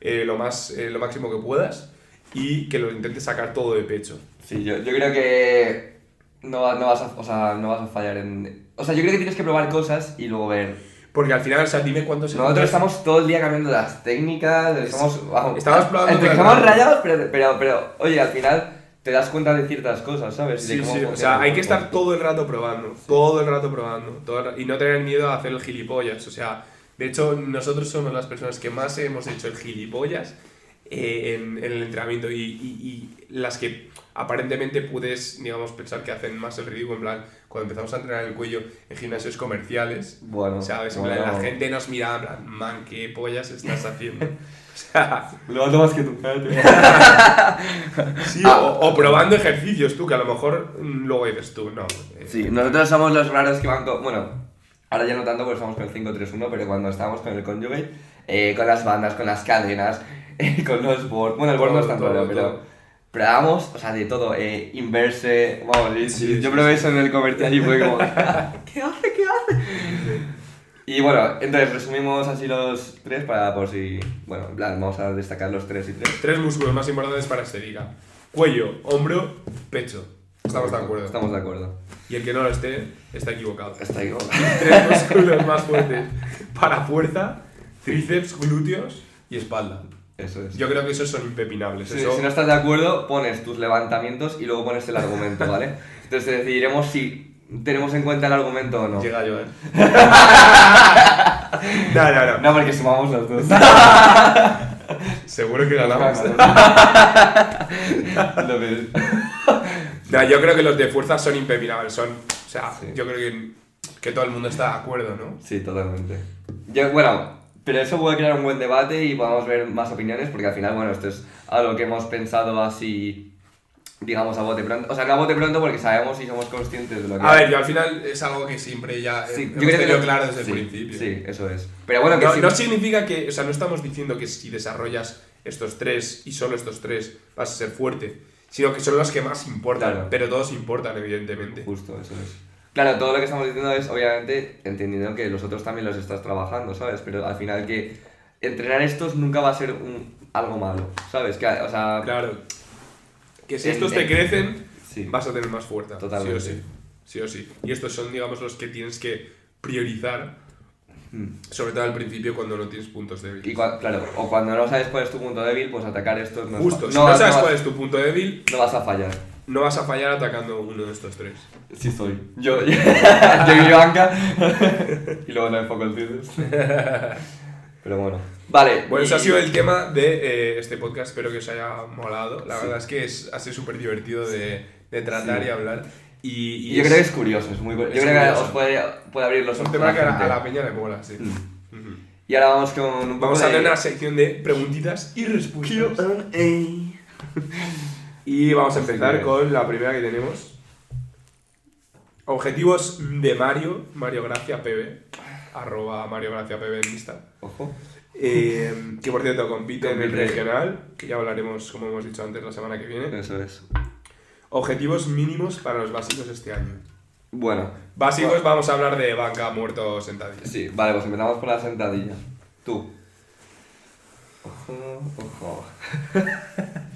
S1: eh, lo, más, eh, lo máximo que puedas y que lo intentes sacar todo de pecho.
S2: Sí, yo, yo creo que no, va- no vas a, o sea, no vas a fallar en... O sea, yo creo que tienes que probar cosas y luego ver.
S1: Porque al final, o sea, dime cuántos
S2: Nosotros estamos todo el día cambiando las técnicas, estamos... vamos,
S1: Estamos probando
S2: Entre que
S1: todo el
S2: estamos
S1: rato.
S2: rayados, pero, pero, pero, oye, al final te das cuenta de ciertas cosas, ¿sabes? De
S1: Sí,
S2: cómo
S1: sí, o
S2: funciona
S1: sea,
S2: el
S1: hay que
S2: cuerpo.
S1: estar todo el rato probando, todo el rato probando, todo el ra- y no tener miedo a hacer el gilipollas, o sea, de hecho nosotros somos las personas que más hemos hecho el gilipollas eh, en, en el entrenamiento y, y- y las que aparentemente puedes, digamos, pensar que hacen más el ridículo, en plan, cuando empezamos a entrenar el cuello en gimnasios comerciales,
S2: Bueno,
S1: ¿sabes? En
S2: bueno.
S1: plan, la gente nos miraba, en plan, man, qué pollas estás haciendo. O sea,
S2: Levanto más que tú.
S1: sí, o, o probando ejercicios tú, que a lo mejor mm, luego dices tú, no. eh,
S2: Sí, nosotros somos los raros que van con. Bueno, ahora ya no tanto porque estamos con el 5-3-1, pero cuando estábamos con el conjugate, eh, con las bandas, con las cadenas, eh, con los boards. Bueno, el board no es tan
S1: Todo,
S2: raro,
S1: todo,
S2: pero.
S1: todo.
S2: Probamos, o sea, de todo, eh, inverse. Vamos, y-
S1: Sí,
S2: yo
S1: sí,
S2: probé eso en el comercial y fue como. ¿Qué hace? ¿Qué hace?
S1: eh,
S2: Y bueno, entonces resumimos así los tres para por si. Bueno, en plan, vamos a destacar los tres y tres.
S1: Tres músculos más importantes para este liga. Cuello, hombro, pecho. Estamos de acuerdo.
S2: Estamos de acuerdo.
S1: Y el que no lo esté, está equivocado.
S2: Está ahí, ¿no?
S1: Tres músculos más fuertes para fuerza, tríceps, glúteos y espalda.
S2: Eso es.
S1: Yo creo que esos son impepinables.
S2: Sí,
S1: eso-
S2: Si no estás de acuerdo, pones tus levantamientos y luego pones el argumento, ¿vale? Entonces decidiremos si tenemos en cuenta el argumento o no.
S1: Llega yo, ¿eh? no, no, no.
S2: No, porque sumamos los dos.
S1: Seguro que ganamos.
S2: Lo ves.
S1: No, yo creo que los de fuerza son impepinables. Son, o sea,
S2: Sí.
S1: yo creo que, que todo el mundo está de acuerdo, ¿no?
S2: Sí, totalmente. Yo, bueno, pero eso puede crear un buen debate y podemos ver más opiniones, porque al final, bueno, esto es algo que hemos pensado así, digamos, a bote pronto. O sea, no a bote pronto porque sabemos y somos conscientes de lo que...
S1: A ver, yo al final es algo que siempre ya
S2: Sí,
S1: hemos tenido
S2: lo-
S1: claro desde
S2: sí,
S1: el principio.
S2: Sí, eso es. Pero bueno, que
S1: no,
S2: sí-
S1: no significa que, o sea, no estamos diciendo que si desarrollas estos tres y solo estos tres vas a ser fuerte, sino que son los que más importan,
S2: Claro.
S1: pero todos importan, evidentemente.
S2: Justo, eso es. Claro, todo lo que estamos diciendo es, obviamente, entendiendo que los otros también los estás trabajando, ¿sabes? Pero al final que entrenar estos nunca va a ser un, algo malo, ¿sabes? Que, o sea,
S1: Claro. Que si
S2: En-
S1: estos te
S2: en-
S1: crecen,
S2: sí.
S1: vas a tener más fuerza.
S2: Totalmente.
S1: Sí o sí. Sí o sí. Y estos son, digamos, los que tienes que priorizar,
S2: Hmm.
S1: sobre todo al principio cuando no tienes puntos débiles.
S2: y cua- claro, o cuando no sabes cuál es tu punto débil, pues atacar estos no es
S1: Justo,
S2: fa-
S1: si no,
S2: vas-
S1: sabes
S2: vas-
S1: cuál es tu punto débil,
S2: no vas a fallar.
S1: no vas a fallar atacando uno de estos tres.
S2: Sí soy. Yo, yo, yo banca y luego no enfoco el tienes. Pero bueno. Vale.
S1: Bueno,
S2: y-
S1: eso ha sido el tema de eh, este podcast. Espero que os haya molado. La
S2: Sí.
S1: verdad es que es, ha sido súper divertido de, de tratar
S2: Sí.
S1: y hablar. Y, y
S2: y yo
S1: es
S2: creo que es curioso, es muy cu-
S1: es
S2: Yo creo que
S1: curioso.
S2: os puede, puede abrir los
S1: es un
S2: ojos.
S1: tema
S2: a
S1: que a la,
S2: gente. Mm.
S1: a la peña le mola, sí. Ujú.
S2: Y ahora vamos con un poco
S1: Vamos a
S2: de-
S1: tener una sección de preguntitas y respuestas. Y vamos a empezar con la primera que tenemos. Objetivos de Mario, Mario Gracia PB, arroba Mario Gracia PB en Insta.
S2: Ojo.
S1: Eh, que por cierto compite en el
S2: Compite.
S1: regional, que ya hablaremos, como hemos dicho antes, la semana que viene.
S2: Eso es.
S1: Objetivos mínimos para los básicos este año.
S2: Bueno.
S1: Básicos, vamos a hablar de banca, muerto, sentadilla.
S2: Sí, vale, pues empezamos por la sentadilla. Tú. Ojo, ojo.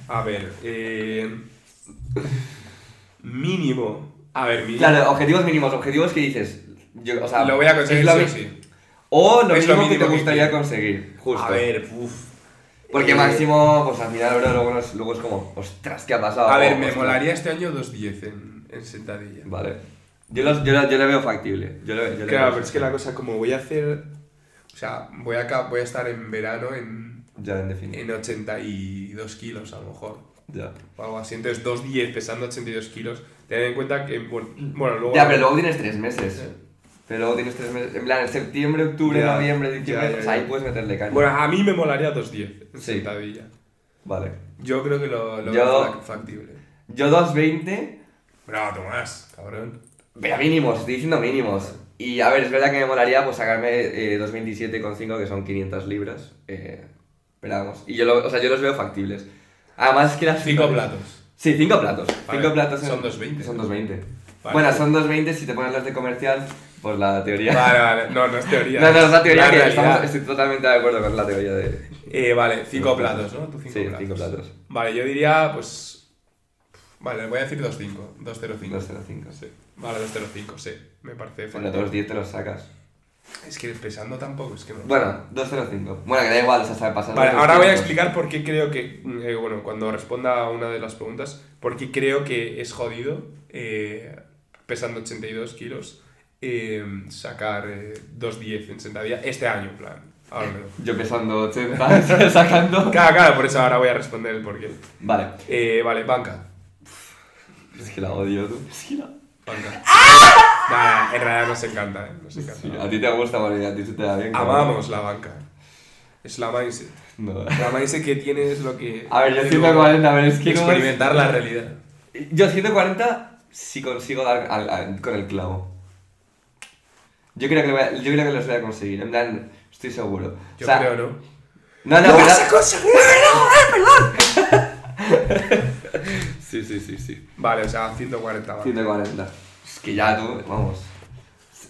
S1: A ver, eh, Mínimo. A ver, mínimo.
S2: Claro, objetivos mínimos, objetivos que dices. Yo, o sea,
S1: lo voy a conseguir
S2: es lo
S1: sí o
S2: mi-
S1: sí.
S2: O lo
S1: Es lo
S2: mínimo que te
S1: mínimo que
S2: gustaría
S1: quiero.
S2: conseguir, justo.
S1: A ver, uff.
S2: Porque
S1: Eh,
S2: máximo, pues al final, bro, luego, es- luego es como, ostras, ¿qué ha pasado?
S1: A ver,
S2: O,
S1: me
S2: ostras.
S1: molaría este año 2.10 en, en sentadilla.
S2: Vale. Yo, los- yo, lo- yo le veo factible. Yo le, yo le
S1: Claro,
S2: veo
S1: pero es que la cosa, como voy a hacer. O sea, voy a, ca- voy a estar en verano en,
S2: Ya, en definitiva.
S1: en 82 kilos a lo mejor.
S2: Ya.
S1: O algo así. Entonces, 2.10 pesando 82 kilos. Ten en cuenta que. Bueno, bueno, luego.
S2: Ya, pero luego tienes tres meses.
S1: Eh.
S2: Pero luego tienes tres meses. En plan, en septiembre, octubre,
S1: Ya.
S2: noviembre, diciembre.
S1: Ya, ya,
S2: pues ahí
S1: ya.
S2: puedes meterle caña.
S1: Bueno, a mí me molaría 2.10 en
S2: Sí.
S1: sentadilla.
S2: Vale.
S1: Yo creo que lo, lo
S2: Yo-
S1: veo fac- factible.
S2: Yo 2.20,
S1: Bravo, Tomás, cabrón.
S2: pero mínimos, estoy diciendo mínimos. Y a ver, es verdad que me molaría pues sacarme eh, 2.27,5, que son 500 libras. Eh, pero vamos. Y yo, lo- o sea, yo los veo factibles. Además, es que las.
S1: Cinco platos.
S2: Sí, cinco platos.
S1: Vale,
S2: Cinco platos en-
S1: son 2.20.
S2: Son 2.20.
S1: Vale.
S2: Bueno, son 2.20 si te pones las de comercial, pues la teoría.
S1: Vale, vale. No, no es teoría.
S2: No, no, es la teoría que
S1: realidad.
S2: estamos- estoy totalmente de acuerdo con la teoría de...
S1: Eh, vale, cinco platos, ¿no? Tú cinco
S2: Sí,
S1: platos.
S2: cinco platos.
S1: Vale, yo diría, pues. Vale, voy a decir 2.5. 2.05.
S2: 205.
S1: Sí. Vale, 2.05, sí. Me parece factible.
S2: Bueno, todos los 10 te los sacas.
S1: Es que pesando tampoco, es que no.
S2: Bueno, 205. Bueno, que da igual, o sea, sabe pasar...
S1: Vale,
S2: los
S1: ahora voy a
S2: 200.
S1: explicar por qué creo que, eh, bueno, cuando responda a una de las preguntas, por qué creo que es jodido, eh, pesando 82 kilos, eh, sacar eh, 2.10 en sentadilla este año, en plan. Ahora me lo-
S2: Yo pesando 80, sacando...
S1: Claro, claro, por eso ahora voy a responder el porqué.
S2: Vale.
S1: Eh, vale, banca.
S2: Es que la odio, tú. Es que la...
S1: Banca. Nah, en realidad nos encanta, eh, nos encanta.
S2: ¡Ah! Sí, a ti te gusta, porque a ti se te da bien. cabrón.
S1: Amamos la banca. Es la mindset.
S2: No.
S1: La mindset que tiene es lo que...
S2: A ver, yo
S1: hace
S2: 140, a ver, es que... como es-
S1: Experimentar la realidad.
S2: Yo 140 si consigo dar al- al- con el clavo. Yo creo, que lo voy a- yo creo que los voy a conseguir, en plan, estoy seguro.
S1: Yo
S2: o sea,
S1: creo, ¿no?
S2: No, no,
S1: ¡Lo
S2: pero-
S1: vas a conseguir!
S2: Sí, Ah. sí, sí, sí.
S1: Vale, o sea, 140 vale.
S2: 140. Es que ya tú, vamos.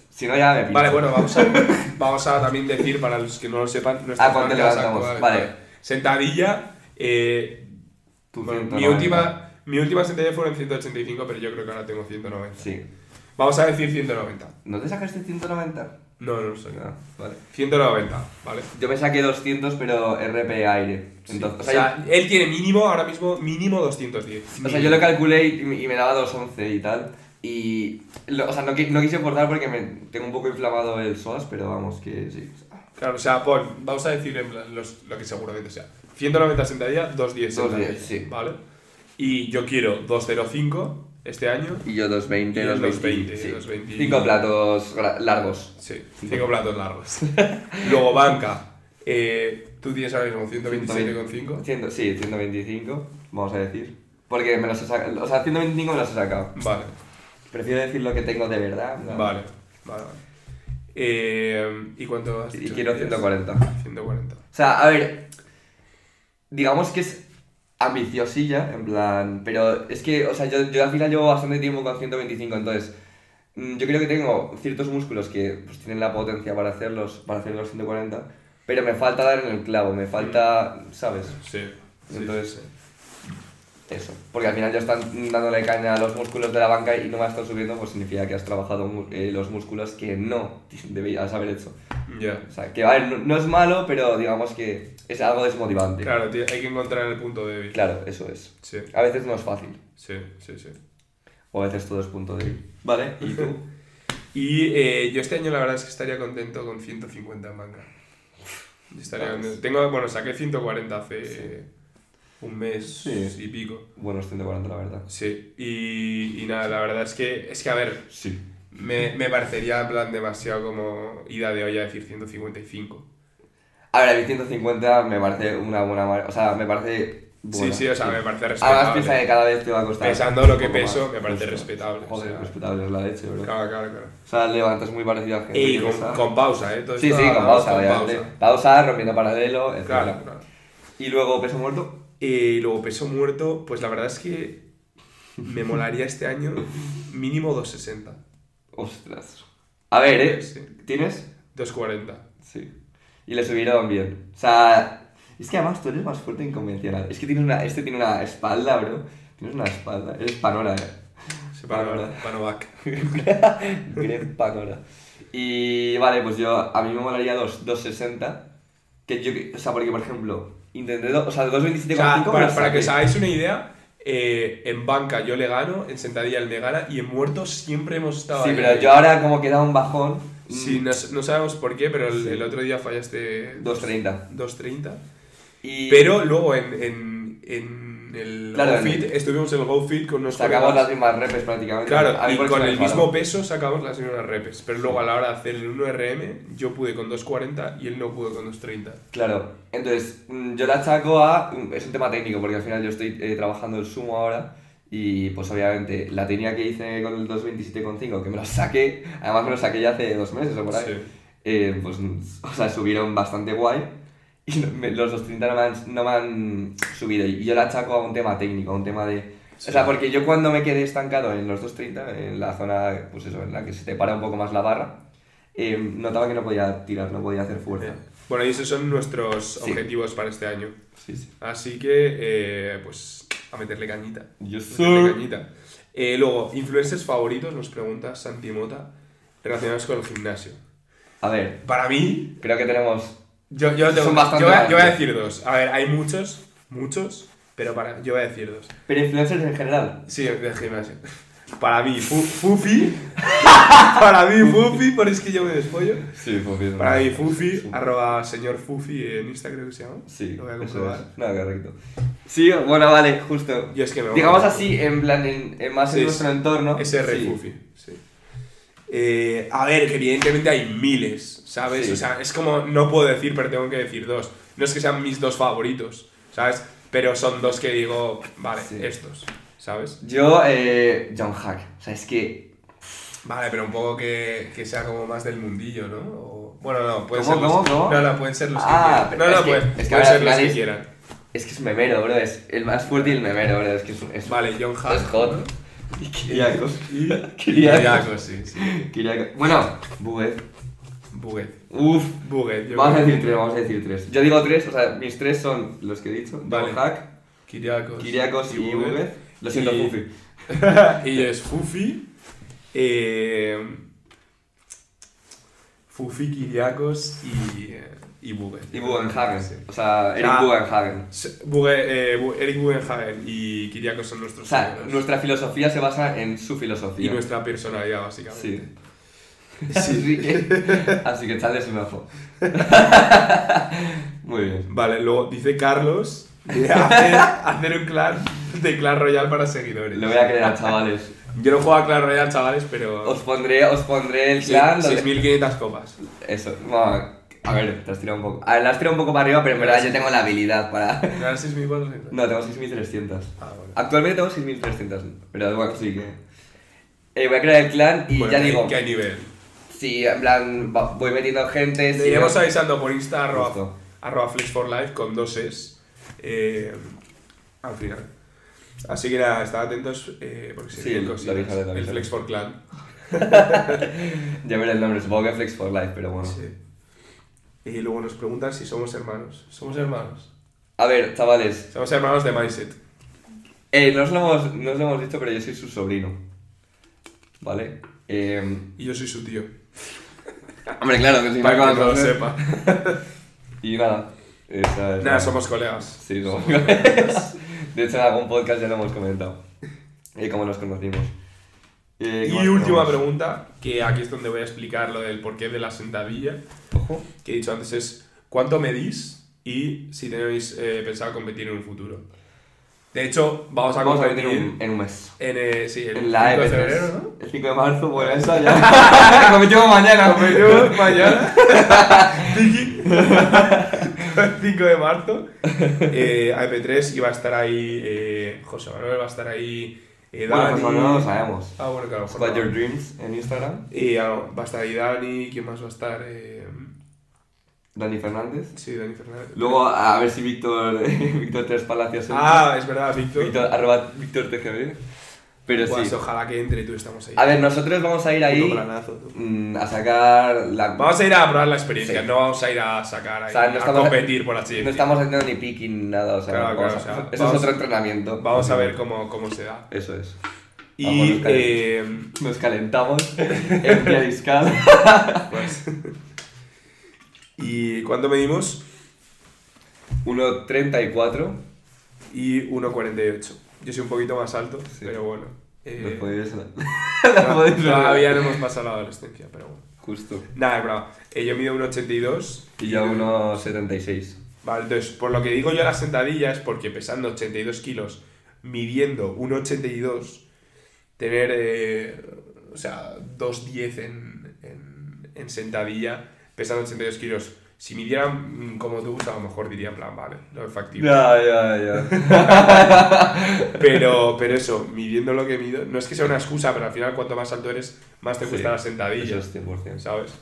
S2: Si no, ya me pincho.
S1: Vale, bueno, vamos a, vamos a también decir para los que no lo sepan nuestras
S2: ¿A cuánto
S1: marcas
S2: levantamos?
S1: actuales,
S2: Vale.
S1: Sentadilla. eh,
S2: Tú
S1: bueno,
S2: 190.
S1: mi, última, mi última sentadilla fueron 185, pero yo creo que ahora tengo 190.
S2: Sí.
S1: Vamos a decir 190.
S2: ¿No te sacaste 190?
S1: No, no lo sé.
S2: No, vale.
S1: 190, ¿vale?
S2: Yo me saqué 200, pero RP aire. Entonces,
S1: o sea, él tiene mínimo, ahora mismo, mínimo 210.
S2: yo, o sea, yo lo calculé y, me- y me daba 211 y tal. Y. lo- o sea, no, qui- no quise forzar porque me tengo un poco inflamado el psoas, pero vamos, que sí.
S1: Claro, o sea, pon, vamos a decir en plan los- lo que seguramente sea. 190 sentadillas, 210
S2: 210,
S1: sentadillas,
S2: sí.
S1: ¿vale? Y yo quiero 205 este año.
S2: Y yo 220,
S1: Y el
S2: 220.
S1: 220, 220.
S2: Cinco platos gra- largos.
S1: Sí, cinco platos largos. Luego banca. Eh, tú tienes ahora mismo 127,5.
S2: 100, sí, 125, vamos a decir. Porque me los he sacado. O sea, 125 me los he sacado.
S1: Vale,
S2: Prefiero decir lo que tengo de verdad. ¿no?
S1: vale, vale. vale. Eh, ¿Y cuánto has
S2: Y
S1: dicho
S2: quiero
S1: que quieres?
S2: 140.
S1: 140.
S2: O sea, a ver. Digamos que es ambiciosilla, en plan. Pero es que, o sea, yo, yo al final llevo bastante tiempo con 125, entonces. mm, Yo creo que tengo ciertos músculos que pues, tienen la potencia para hacerlos, para hacer los 140, pero me falta dar en el clavo, me falta, ¿sabes?
S1: Sí. sí,
S2: Entonces,
S1: sí, sí.
S2: Eso. Porque al final ya están dándole caña a los músculos de la banca y no me están subiendo, pues significa que has trabajado mu- eh, los músculos que no debías haber hecho.
S1: Ya.
S2: O sea, que a ver, no, no es malo, pero digamos que es algo desmotivante.
S1: Claro, tío, hay que encontrar el punto débil.
S2: Claro, eso es.
S1: Sí,
S2: A veces no es fácil.
S1: sí, sí, sí.
S2: O a veces todo es punto débil. Vale, ¿y tú?
S1: Y eh, yo este año la verdad es que estaría contento con 150 en banca. Yo estaría
S2: Vale.
S1: contento. Tengo, bueno, saqué 140 hace un mes
S2: Sí.
S1: y pico.
S2: Buenos 140, la verdad.
S1: Sí, y, y nada, la verdad es que, es que a ver,
S2: Sí.
S1: me, me parecería en plan demasiado como ida de olla decir 155.
S2: A ver, a mí 150 me parece una buena... mar- O sea, me parece... buena,
S1: sí, sí, o sea, me parece
S2: Además piensa que
S1: respetable.
S2: cada vez te va a costar...
S1: Pesando lo
S2: un
S1: que
S2: poco
S1: peso,
S2: más.
S1: me parece
S2: Justo.
S1: respetable, o
S2: Joder,
S1: sea.
S2: respetable es la leche, bro.
S1: Claro, claro, claro.
S2: O sea, levantas muy parecido a gente.
S1: Y
S2: que
S1: con,
S2: pesa.
S1: con pausa, ¿eh? Todo
S2: Sí,
S1: esto
S2: sí, con
S1: hablamos
S2: pausa, obviamente. Pausa. rompiendo paralelo, etc.
S1: Claro, claro.
S2: Y luego peso muerto.
S1: Eh, y luego peso muerto, pues la verdad es que me molaría este año mínimo 260.
S2: Ostras. A ver, ¿eh?
S1: Sí.
S2: ¿Tienes?
S1: 240.
S2: Sí. Y le subieron bien. O sea, es que además tú eres más fuerte en convencional. Es que tiene una, este tiene una espalda, bro. Tienes una espalda. Eres panora, eh.
S1: Se para
S2: Panora.
S1: Panovac.
S2: Greg Panora. Y vale, pues yo a mí me molaría dos, 260. Que yo, que- o sea, porque por ejemplo, intenté, do- o sea, 227,5
S1: O sea,
S2: me
S1: para,
S2: las
S1: para que os
S2: saqué.
S1: hagáis una idea, eh, en banca yo le gano, en sentadilla él me gana y en muertos siempre hemos estado
S2: Sí,
S1: ahí.
S2: pero yo ahora como que da un bajón.
S1: Sí,
S2: mm,
S1: no, s- no sabemos por qué, pero el,
S2: Sí.
S1: el otro día fallaste
S2: 230.
S1: 2.30.
S2: Y
S1: Pero luego en, en, en el
S2: Claro,
S1: GoFit,
S2: en-
S1: estuvimos en el GoFit con unos
S2: sacamos las
S1: colegas.
S2: mismas repes prácticamente. A
S1: Claro,
S2: mí
S1: y
S2: por eso
S1: con
S2: me
S1: el
S2: enfado.
S1: mismo peso sacamos las mismas repes. Pero luego a la hora de hacer el 1RM, yo pude con 2.40 y él no pudo con 2.30.
S2: Claro, entonces mm, yo la achaco a. mm, Es un tema técnico, porque al final yo estoy eh, trabajando el sumo ahora. Y pues obviamente la tenía que hice con el 227,5, que me lo saqué, además me lo saqué ya hace dos meses o por ahí.
S1: Sí.
S2: eh, pues, o sea, subieron bastante guay y no- me- los 230 no me han, no me han subido. Y yo la achaco a un tema técnico, a un tema de...
S1: Sí.
S2: O sea, porque yo cuando me quedé estancado en los 230, en la zona, pues eso, en la que se te para un poco más la barra, eh, notaba que no podía tirar, no podía hacer fuerza.
S1: Eh, Bueno, y esos son nuestros
S2: Sí.
S1: objetivos para este año.
S2: Sí, sí.
S1: Así que, eh, pues, a meterle cañita.
S2: Yo
S1: Meterle cañita. Eh, luego, influencers favoritos, nos pregunta Santi Mota, relacionados con el gimnasio.
S2: A ver,
S1: Para mí,
S2: creo que tenemos...
S1: yo, yo, tengo-
S2: Son bastante
S1: yo voy a-
S2: varios.
S1: yo voy a decir dos. A ver, hay muchos, muchos, pero para, yo voy a decir dos.
S2: Pero influencers en general.
S1: Sí, del gimnasio. Para mí, Fu- Fufi. para mí, Fufi, por es que yo me despollo.
S2: Sí, pues
S1: Para mí, Fufi, arroba señor Fufi en Instagram, creo que se llama.
S2: Sí,
S1: Lo voy a
S2: eso es.
S1: comprobar.
S2: No, correcto. Sí, bueno, vale, justo.
S1: Yo es que me
S2: Digamos así, en plan, en, en más
S1: Sí,
S2: en nuestro
S1: sí.
S2: entorno.
S1: Ese
S2: sí.
S1: Fufi, sí. Eh, a ver, que evidentemente hay miles, ¿sabes?
S2: Sí.
S1: O sea, es como, no puedo decir, pero tengo que decir dos. No es que sean mis dos favoritos, ¿sabes? Pero son dos que digo, vale,
S2: Sí.
S1: estos, ¿sabes?
S2: Yo, eh, John Hack. O sea, es que.
S1: Vale, pero un poco que, que sea como más del mundillo, ¿no? O- bueno, no, pueden
S2: ¿Cómo,
S1: ser los,
S2: cómo, cómo?
S1: No, no, pueden ser los
S2: Ah,
S1: que quieran. No,
S2: pero es
S1: no,
S2: que-
S1: pueden,
S2: es
S1: pueden
S2: que ahora
S1: ser
S2: al
S1: los
S2: final
S1: que
S2: es-
S1: quieran.
S2: Es que es memero, bro. Es el más fuerte y el memero, bro. Es que es. es
S1: Vale, John
S2: Es
S1: Hunt.
S2: hot. Y Kiriakos.
S1: Y
S2: Kiriakos.
S1: Kiriakos, sí, sí.
S2: Kiriakos. Bueno, Buet.
S1: Buget.
S2: Uf.
S1: Buget, yo
S2: Vamos a
S1: creo.
S2: decir tres, vamos a decir tres. Yo digo tres, o sea, mis tres son los que he dicho:
S1: Vale.
S2: John Hack,
S1: Kiriakos.
S2: Kiriakos y
S1: Buget.
S2: Buet. Lo siento,
S1: Y-
S2: Fufi.
S1: y es Fufi. eh, Fufi, Kiriakos y, eh, y Buget.
S2: Y Bugenhagen.
S1: Sí.
S2: O sea, Eric
S1: Ah.
S2: Bugenhagen.
S1: Se- Buge- eh, Bu- Eric Bugenhagen y Kiriakos son nuestros
S2: O sea,
S1: ídolos.
S2: nuestra filosofía se basa en su filosofía.
S1: pues. Y nuestra personalidad, básicamente.
S2: Sí.
S1: Sí.
S2: Así que echadles un ojo. Muy bien.
S1: Vale, luego dice Carlos de hacer, hacer un clan de Clash Royale para seguidores.
S2: Lo voy a creer, chavales.
S1: Yo no juego a Clash Royale, chavales, pero...
S2: Os pondré, os pondré el
S1: Sí,
S2: clan. lo de-
S1: 6.500 copas.
S2: Eso. bueno, a ver, te has tirado un poco. A ver, la has tirado un poco para arriba, pero en verdad yo tengo la habilidad para.
S1: Ganar 6.400.
S2: No, tengo 6300.
S1: Ah, bueno.
S2: Actualmente tengo 6300, pero bueno, sí que. Eh, voy a crear el clan y
S1: Bueno,
S2: ya
S1: ¿qué-
S2: digo,
S1: ¿Qué nivel?
S2: si en plan va- voy metiendo gente.
S1: Le
S2: si
S1: iremos
S2: no-
S1: avisando por Insta, arroba,
S2: Justo.
S1: arroba Flex for Life con dos es. Eh, al final. Así que nada, estad atentos eh, porque se
S2: Sí,
S1: vienen
S2: lo
S1: cosillas.
S2: avisaré, lo
S1: El
S2: avisaré.
S1: Flex for Clan.
S2: Ya veré el nombre, supongo que Flex for Life, pero bueno.
S1: Sí. Y luego nos preguntan si somos hermanos. Somos hermanos.
S2: A ver, chavales,
S1: Somos hermanos de Mindset.
S2: Eh, no os, lo hemos, no os lo hemos dicho, pero yo soy su sobrino. ¿Vale? Eh,
S1: Y yo soy su tío.
S2: hombre, claro, que si
S1: Para
S2: no
S1: que no lo
S2: conoces-
S1: sepa.
S2: Y nada. esa es
S1: Nada,
S2: la-
S1: somos colegas.
S2: Sí, somos colegas. De hecho, en algún podcast ya lo hemos comentado. Eh, cómo nos conocimos. Eh, ¿qué
S1: Y
S2: más
S1: última
S2: tenemos?
S1: pregunta, que aquí es donde voy a explicar lo del porqué de la sentadilla.
S2: Ojo.
S1: que he dicho antes es cuánto medís y si tenéis eh, pensado competir en un futuro. De hecho, vamos a
S2: Vamos a
S1: competir
S2: meter un, en un mes.
S1: en, eh, sí, el
S2: En la
S1: 5
S2: E
S1: de
S2: EP3.
S1: febrero, ¿no?
S2: El 5 de marzo, bueno, esa ya. Competimos mañana.
S1: Competimos mañana. Tiki. El 5 de marzo. Eh, AP3 y va a estar ahí eh, José Manuel, va a estar ahí eh,
S2: Bueno,
S1: Dani.
S2: pues no, no lo sabemos.
S1: Ah, bueno, claro. José
S2: Squad Your
S1: Manuel.
S2: Dreams en Instagram.
S1: Y ah, no, va a estar ahí Dani, ¿quién más va a estar? Eh,
S2: Dani Fernández.
S1: sí, Dani Fernández.
S2: Luego a ver si Víctor Víctor Tres Palacios entra.
S1: Ah, es verdad, Ah, Víctor.
S2: Víctor, arroba Víctor TGB. Pero
S1: Buah,
S2: sí.
S1: Ojalá que entre y tú estamos ahí.
S2: A ver, nosotros vamos a ir ahí
S3: Puto planazo, tú.
S2: mm, a sacar la...
S1: Vamos a ir a probar la experiencia,
S2: Sí.
S1: no vamos a ir a sacar ahí,
S2: O sea, no
S1: a
S2: estamos-
S1: competir, por así
S2: No
S1: decirlo.
S2: estamos haciendo ni picking ni nada, o sea,
S1: Claro,
S2: vamos
S1: claro,
S2: a-
S1: o sea,
S2: eso
S1: vamos-
S2: es otro entrenamiento.
S1: Vamos a ver cómo, cómo se da.
S2: Eso es. Vamos,
S1: Y
S2: Oscar.
S1: eh,
S2: Nos calentamos en vía discal.
S1: Pues. ¿Y cuánto medimos?
S2: 1.34.
S1: Y 1,48. Yo soy un poquito más alto,
S2: Sí.
S1: pero bueno. Eh,
S2: Nos podéis...
S1: no,
S2: podéis ver.
S1: todavía no hemos pasado la adolescencia, pero bueno.
S2: Justo.
S1: Nada, es bravo. Eh, yo mido 1,82.
S2: Y yo 1.76.
S1: Vale, entonces, por lo que digo yo a las sentadillas, porque pesando 82 kilos, midiendo 1,82, tener, eh, o sea, 2,10 en, en, en sentadilla, pesando 82 kilos, si midieran mm, como tú, pues a lo mejor diría, en plan, vale, lo es factible.
S2: Ya, ya, ya.
S1: Pero, pero eso, midiendo lo que mido, no es que sea una excusa, pero al final cuanto más alto eres, más te
S2: Sí,
S1: cuesta la
S2: Eso
S1: sentadilla,
S2: es 100%.
S1: ¿sabes?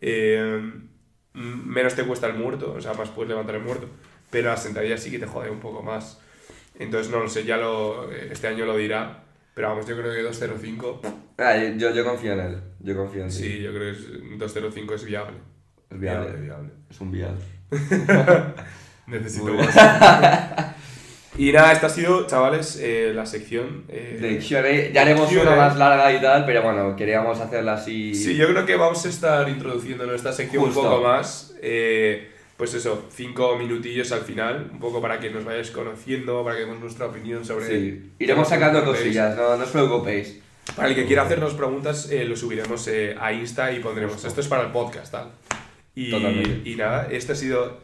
S1: Eh, mm, menos te cuesta el muerto, o sea, más puedes levantar el muerto, pero la sentadilla sí que te jode un poco más. Entonces, no lo sé, ya lo, eh, este año lo dirá, pero vamos, yo creo que 205,
S2: Ah, yo, yo confío en él. Yo confío en ti.
S1: sí, yo creo que es- 205 es viable.
S2: Es viable.
S1: viable.
S2: Es un vial.
S1: Necesito
S2: Muy
S1: más. Y nada, esta ha sido, chavales, eh, la sección. eh,
S2: De Q&A, ya haremos
S1: Q&A.
S2: una más larga y tal, pero bueno, queríamos hacerla así.
S1: Sí, yo creo que vamos a estar introduciendo nuestra sección
S2: Justo.
S1: un poco más. eh, pues eso, cinco minutillos al final, un poco para que nos vayáis conociendo, para que demos nuestra opinión sobre.
S2: Sí. Iremos sacando cosillas, no, no os preocupéis.
S1: Para el que quiera hacernos preguntas, eh, lo subiremos eh, a Insta y pondremos. Esto es para el podcast, tal. Y,
S2: Totalmente.
S1: y nada, este ha sido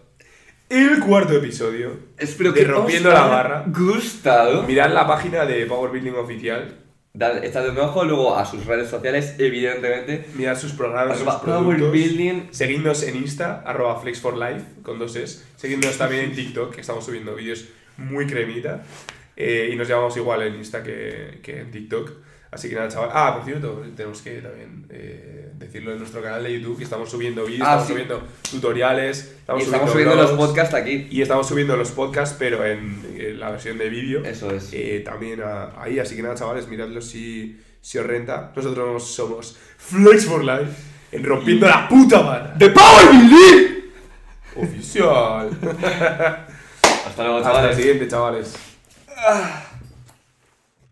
S1: el cuarto episodio.
S2: Espero
S1: De rompiendo
S2: os
S1: la
S2: haya
S1: barra.
S2: gustado.
S1: Mirad la página de Power Building Oficial,
S2: Dad- Echadle un ojo luego a sus redes sociales, evidentemente.
S1: mirad sus programas, sus
S2: Arroba Power
S1: productos.
S2: Building.
S1: Seguidnos en Insta, arroba flexforlife, con dos es. Seguidnos también en TikTok, que estamos subiendo vídeos muy cremita. Eh, y nos llamamos igual en Insta que, que en TikTok. Así que nada, chaval. Ah, por cierto, tenemos que también eh, decirlo en nuestro canal de YouTube, que estamos subiendo vídeos,
S2: Ah,
S1: estamos
S2: sí.
S1: subiendo tutoriales, estamos,
S2: y estamos subiendo los
S1: blogs,
S2: podcasts aquí.
S1: Y estamos subiendo los podcasts, pero en, eh, la versión de vídeo.
S2: Eso es.
S1: Eh, también a- ahí, así que nada, chavales, miradlo si, si os renta. Nosotros somos Flex for Life, en rompiendo la puta barra.
S2: ¡The Power Building!
S1: Oficial.
S2: Hasta
S1: Hasta
S2: luego,
S1: el
S2: chavales.
S1: siguiente, chavales.